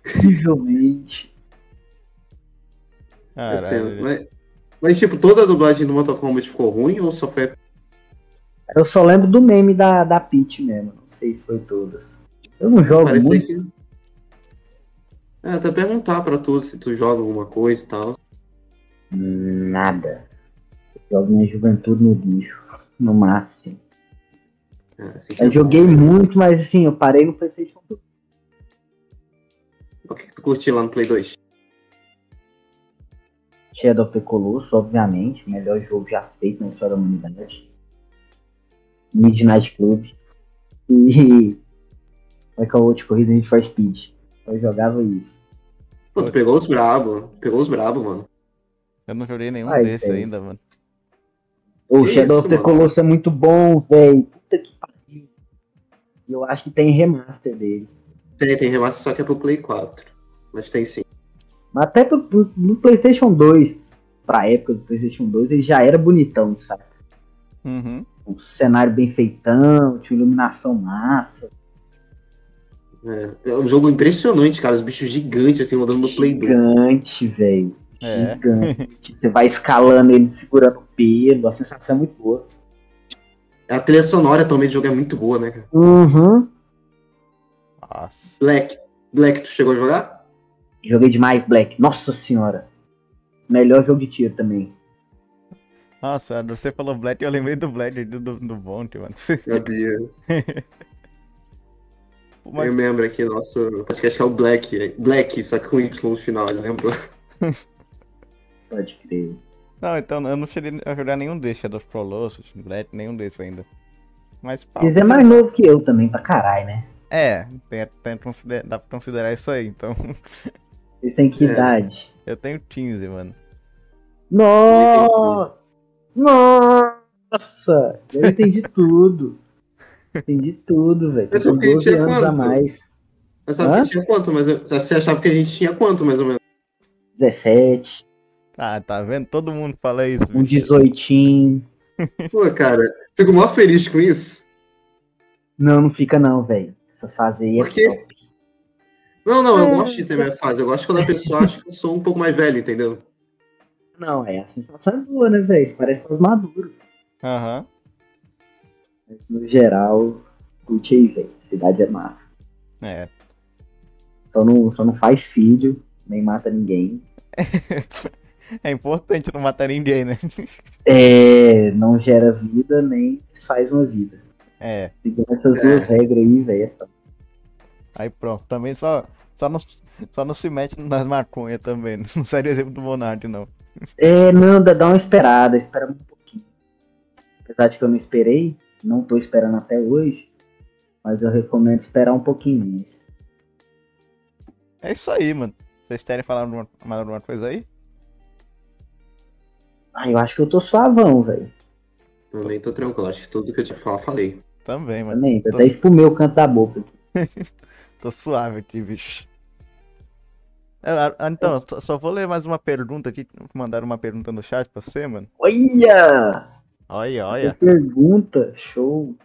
C: Incrivelmente.
A: É tenso.
B: Caralho.
A: Mas, mas, tipo, toda a dublagem do Mortal Kombat ficou ruim ou só foi
C: Eu só lembro do meme da, da Peach mesmo. Não sei se foi todas. Eu não jogo
A: Parece
C: muito.
A: que. É, até perguntar pra tu se tu joga alguma coisa e tal.
C: Nada. Eu jogo minha juventude no lixo. No máximo.
A: É, assim que é
C: Eu
A: bom.
C: joguei muito, mas assim, eu parei no Playstation 2.
A: O que que tu curtiu lá no Play 2?
C: Shadow of the Colossus, obviamente. Melhor jogo já feito na história da humanidade. Midnight Club. E. Como é que é o outro corrida Need for Speed? Eu jogava isso.
A: Pô, tu pegou os brabo. Pegou os brabo, mano.
B: Eu não joguei nenhum
C: Ai,
B: desses
C: velho.
B: ainda, mano.
C: O
A: Que
C: Shadow
A: isso,
C: of the
A: mano?
C: Colossus é muito bom, velho. Puta que pariu. E Eu acho que tem remaster dele.
A: Tem, tem remaster só que é pro Play 4. Mas tem sim.
C: Mas até pro- pro- no PlayStation 2, pra época do PlayStation 2, ele já era bonitão, sabe?
B: Uhum.
C: Um cenário bem feitão, tinha iluminação massa.
A: É, é um jogo impressionante, cara. Os bichos gigantes, assim, rodando no Play 2.
C: Gigante, velho.
B: É.
C: Gigante. Você vai escalando ele, segurando o pelo. A sensação é muito boa.
A: A trilha sonora também do jogo é muito boa, né, cara?
C: Uhum.
B: Nossa.
A: Black. Black, tu chegou a jogar?
C: Joguei demais, Black. Nossa senhora. Melhor jogo de tiro também.
B: Nossa, você falou Blade, eu lembrei do Blade do, do, do Bounty, mano.
A: Meu Deus.
B: Mas-
A: Eu lembro aqui, nosso. Acho que acho que é o Black. é Black, só que com Y no final, ele lembrou.
C: Pode crer.
B: Não, então eu não cheguei a jogar nenhum desses, Shadow of Colossus, Blade, nenhum desses ainda. Mas pá.
C: Eles é mais novo que eu também, pra caralho, né?
B: É, tem, tem, consider- dá pra considerar isso aí, então.
C: Eles têm que
A: É.
C: idade.
B: Eu tenho 15, mano.
C: Nossa! Nossa! Eu entendi tudo. Entendi tudo, velho.
A: Mas o
C: Tem
A: que a gente
C: 12
A: é
C: anos a
A: quanto?
C: mais.
A: Mas sabe que
C: Hã?
A: a gente tinha quanto, mas eu- você achava que a gente tinha quanto, mais ou menos?
C: 17,
B: Ah, tá vendo? Todo mundo fala isso,
C: um
B: bicho.
C: 18.
A: Pô, cara, fico mó feliz com isso.
C: Não, não fica não, velho. Essa fase aí
A: Por quê?
C: é top.
A: Não, não, eu
C: É.
A: gosto de ter minha fase. Eu gosto quando a pessoa acha que eu sou um pouco mais velho, entendeu?
C: Não, é. A sensação é boa, né, velho? Parece mais maduro.
B: Aham.
C: Mas, no geral, curte aí, velho. Cidade é massa.
B: É.
C: Só não, só não faz filho, nem mata ninguém.
B: É importante não matar ninguém, né?
C: É, não gera vida, nem faz uma vida.
B: É.
C: Seguindo essas duas regras aí, velho, é top.
B: Aí pronto. Também só, só, não, só não se mete nas maconhas também. Não sai do exemplo do Monark, não.
C: É, não, dá, dá uma esperada, espera um pouquinho. Apesar de que eu não esperei, não tô esperando até hoje, mas eu recomendo esperar um pouquinho mais.
B: É isso aí, mano. Vocês querem falar alguma- mais alguma coisa aí?
C: Ah, eu acho que eu tô suavão, velho.
A: Também tô tranquilo, acho que tudo que eu tinha que falar, falei.
B: Também, mano.
C: Também, eu
B: tô-
C: até espumei o canto da boca. aqui.
B: Tô suave aqui, bicho. É, a- a- Então, só- só vou ler mais uma pergunta aqui. Mandaram uma pergunta no chat pra você, mano.
C: Olha!
B: Olha,
C: Que
B: olha.
C: Pergunta, show.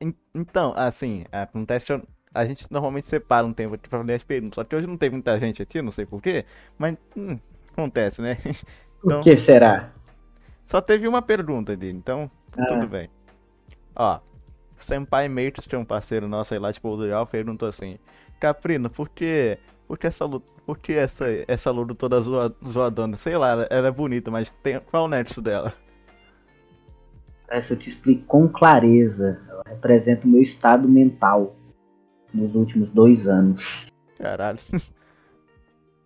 B: En- Então, assim, acontece que eu- a gente normalmente separa um tempo aqui pra ler as perguntas. Só que hoje não tem muita gente aqui, não sei porquê, mas hum, acontece, né? Então-
C: O que será?
B: Só teve uma pergunta ali, então tudo bem. Ó, o Senpai Matrix, que é um parceiro nosso aí lá de Portugal, perguntou assim: Caprino, por que, por que essa luta, por que essa, essa luta toda zoa- zoadona? Sei lá, ela- ela é bonita, mas tem, qual é o nexo dela?
C: Essa eu te explico com clareza. Ela representa o meu estado mental nos últimos dois anos.
B: Caralho.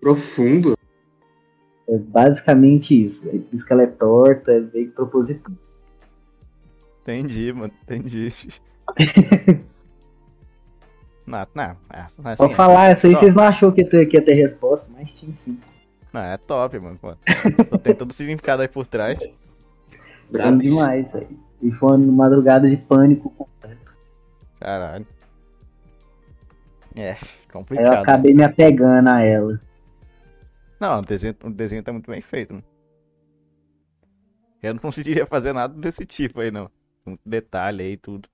A: Profundo.
C: É basicamente isso. velho. Por isso que ela é torta, é meio que proposital.
B: Entendi, mano, entendi. Não, não, é, assim,
C: Pra falar, essa aí
B: Ó.
C: vocês não achou que ia ter, que ia ter resposta, mas tinha sim.
B: não, é top, mano. Pô. Tem todo o significado aí por trás.
C: Bom
A: Brabo isso.
C: demais, velho. E foi uma madrugada de pânico.
B: Caralho. É,
C: Aí eu
B: complicado.
C: acabei me apegando a ela.
B: Não, o desenho, o desenho tá muito bem feito. mano. Eu não conseguiria fazer nada desse tipo aí, não. Muito detalhe aí e tudo.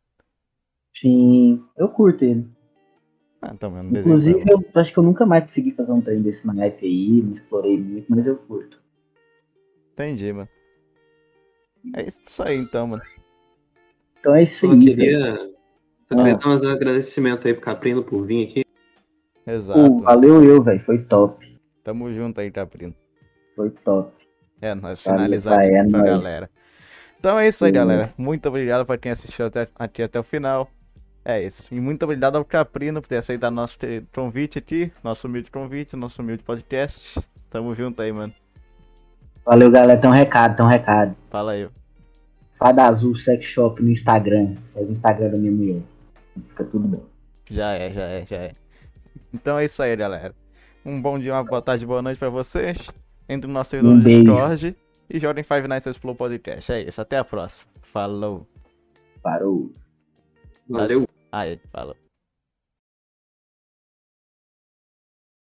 C: Sim, eu curto ele.
B: Ah, também um desenho.
C: Inclusive, eu acho que eu nunca mais consegui fazer um trem desse na hype aí, não explorei muito, mas eu curto.
B: Entendi, mano. É isso aí então, mano.
C: Então é isso
A: Eu
C: aí, velho.
A: queria Só queria dar um agradecimento aí pro Caprino por vir aqui.
B: Exato.
C: Pô, valeu eu, velho. Foi top.
B: Tamo junto aí, Caprino.
C: Foi top.
B: É, nós
C: Valeu,
B: finalizar
C: vai,
B: aqui
C: é
B: pra
C: nóis.
B: galera. Então é isso aí,
C: Sim.
B: galera. Muito obrigado pra quem assistiu até, aqui até o final. É isso. E muito obrigado ao Caprino por ter aceitado nosso te- convite aqui, nosso humilde convite, nosso humilde podcast. Tamo junto aí, mano.
C: Valeu, galera. Tem um recado, tem um recado.
B: Fala aí.
C: Fada Azul Sex Shop no Instagram. É o Instagram da minha mulher. Fica tudo bem.
B: Já é, já é, já é. Então é isso aí, galera. Um bom dia, uma boa tarde, boa noite pra vocês. Entre no nosso servidor
C: Um
B: do
C: beijo.
B: Discord e joguem Five Nights at Flow Podcast. É isso. Até a próxima. Falou.
C: Parou.
A: Valeu.
B: Aí, falou.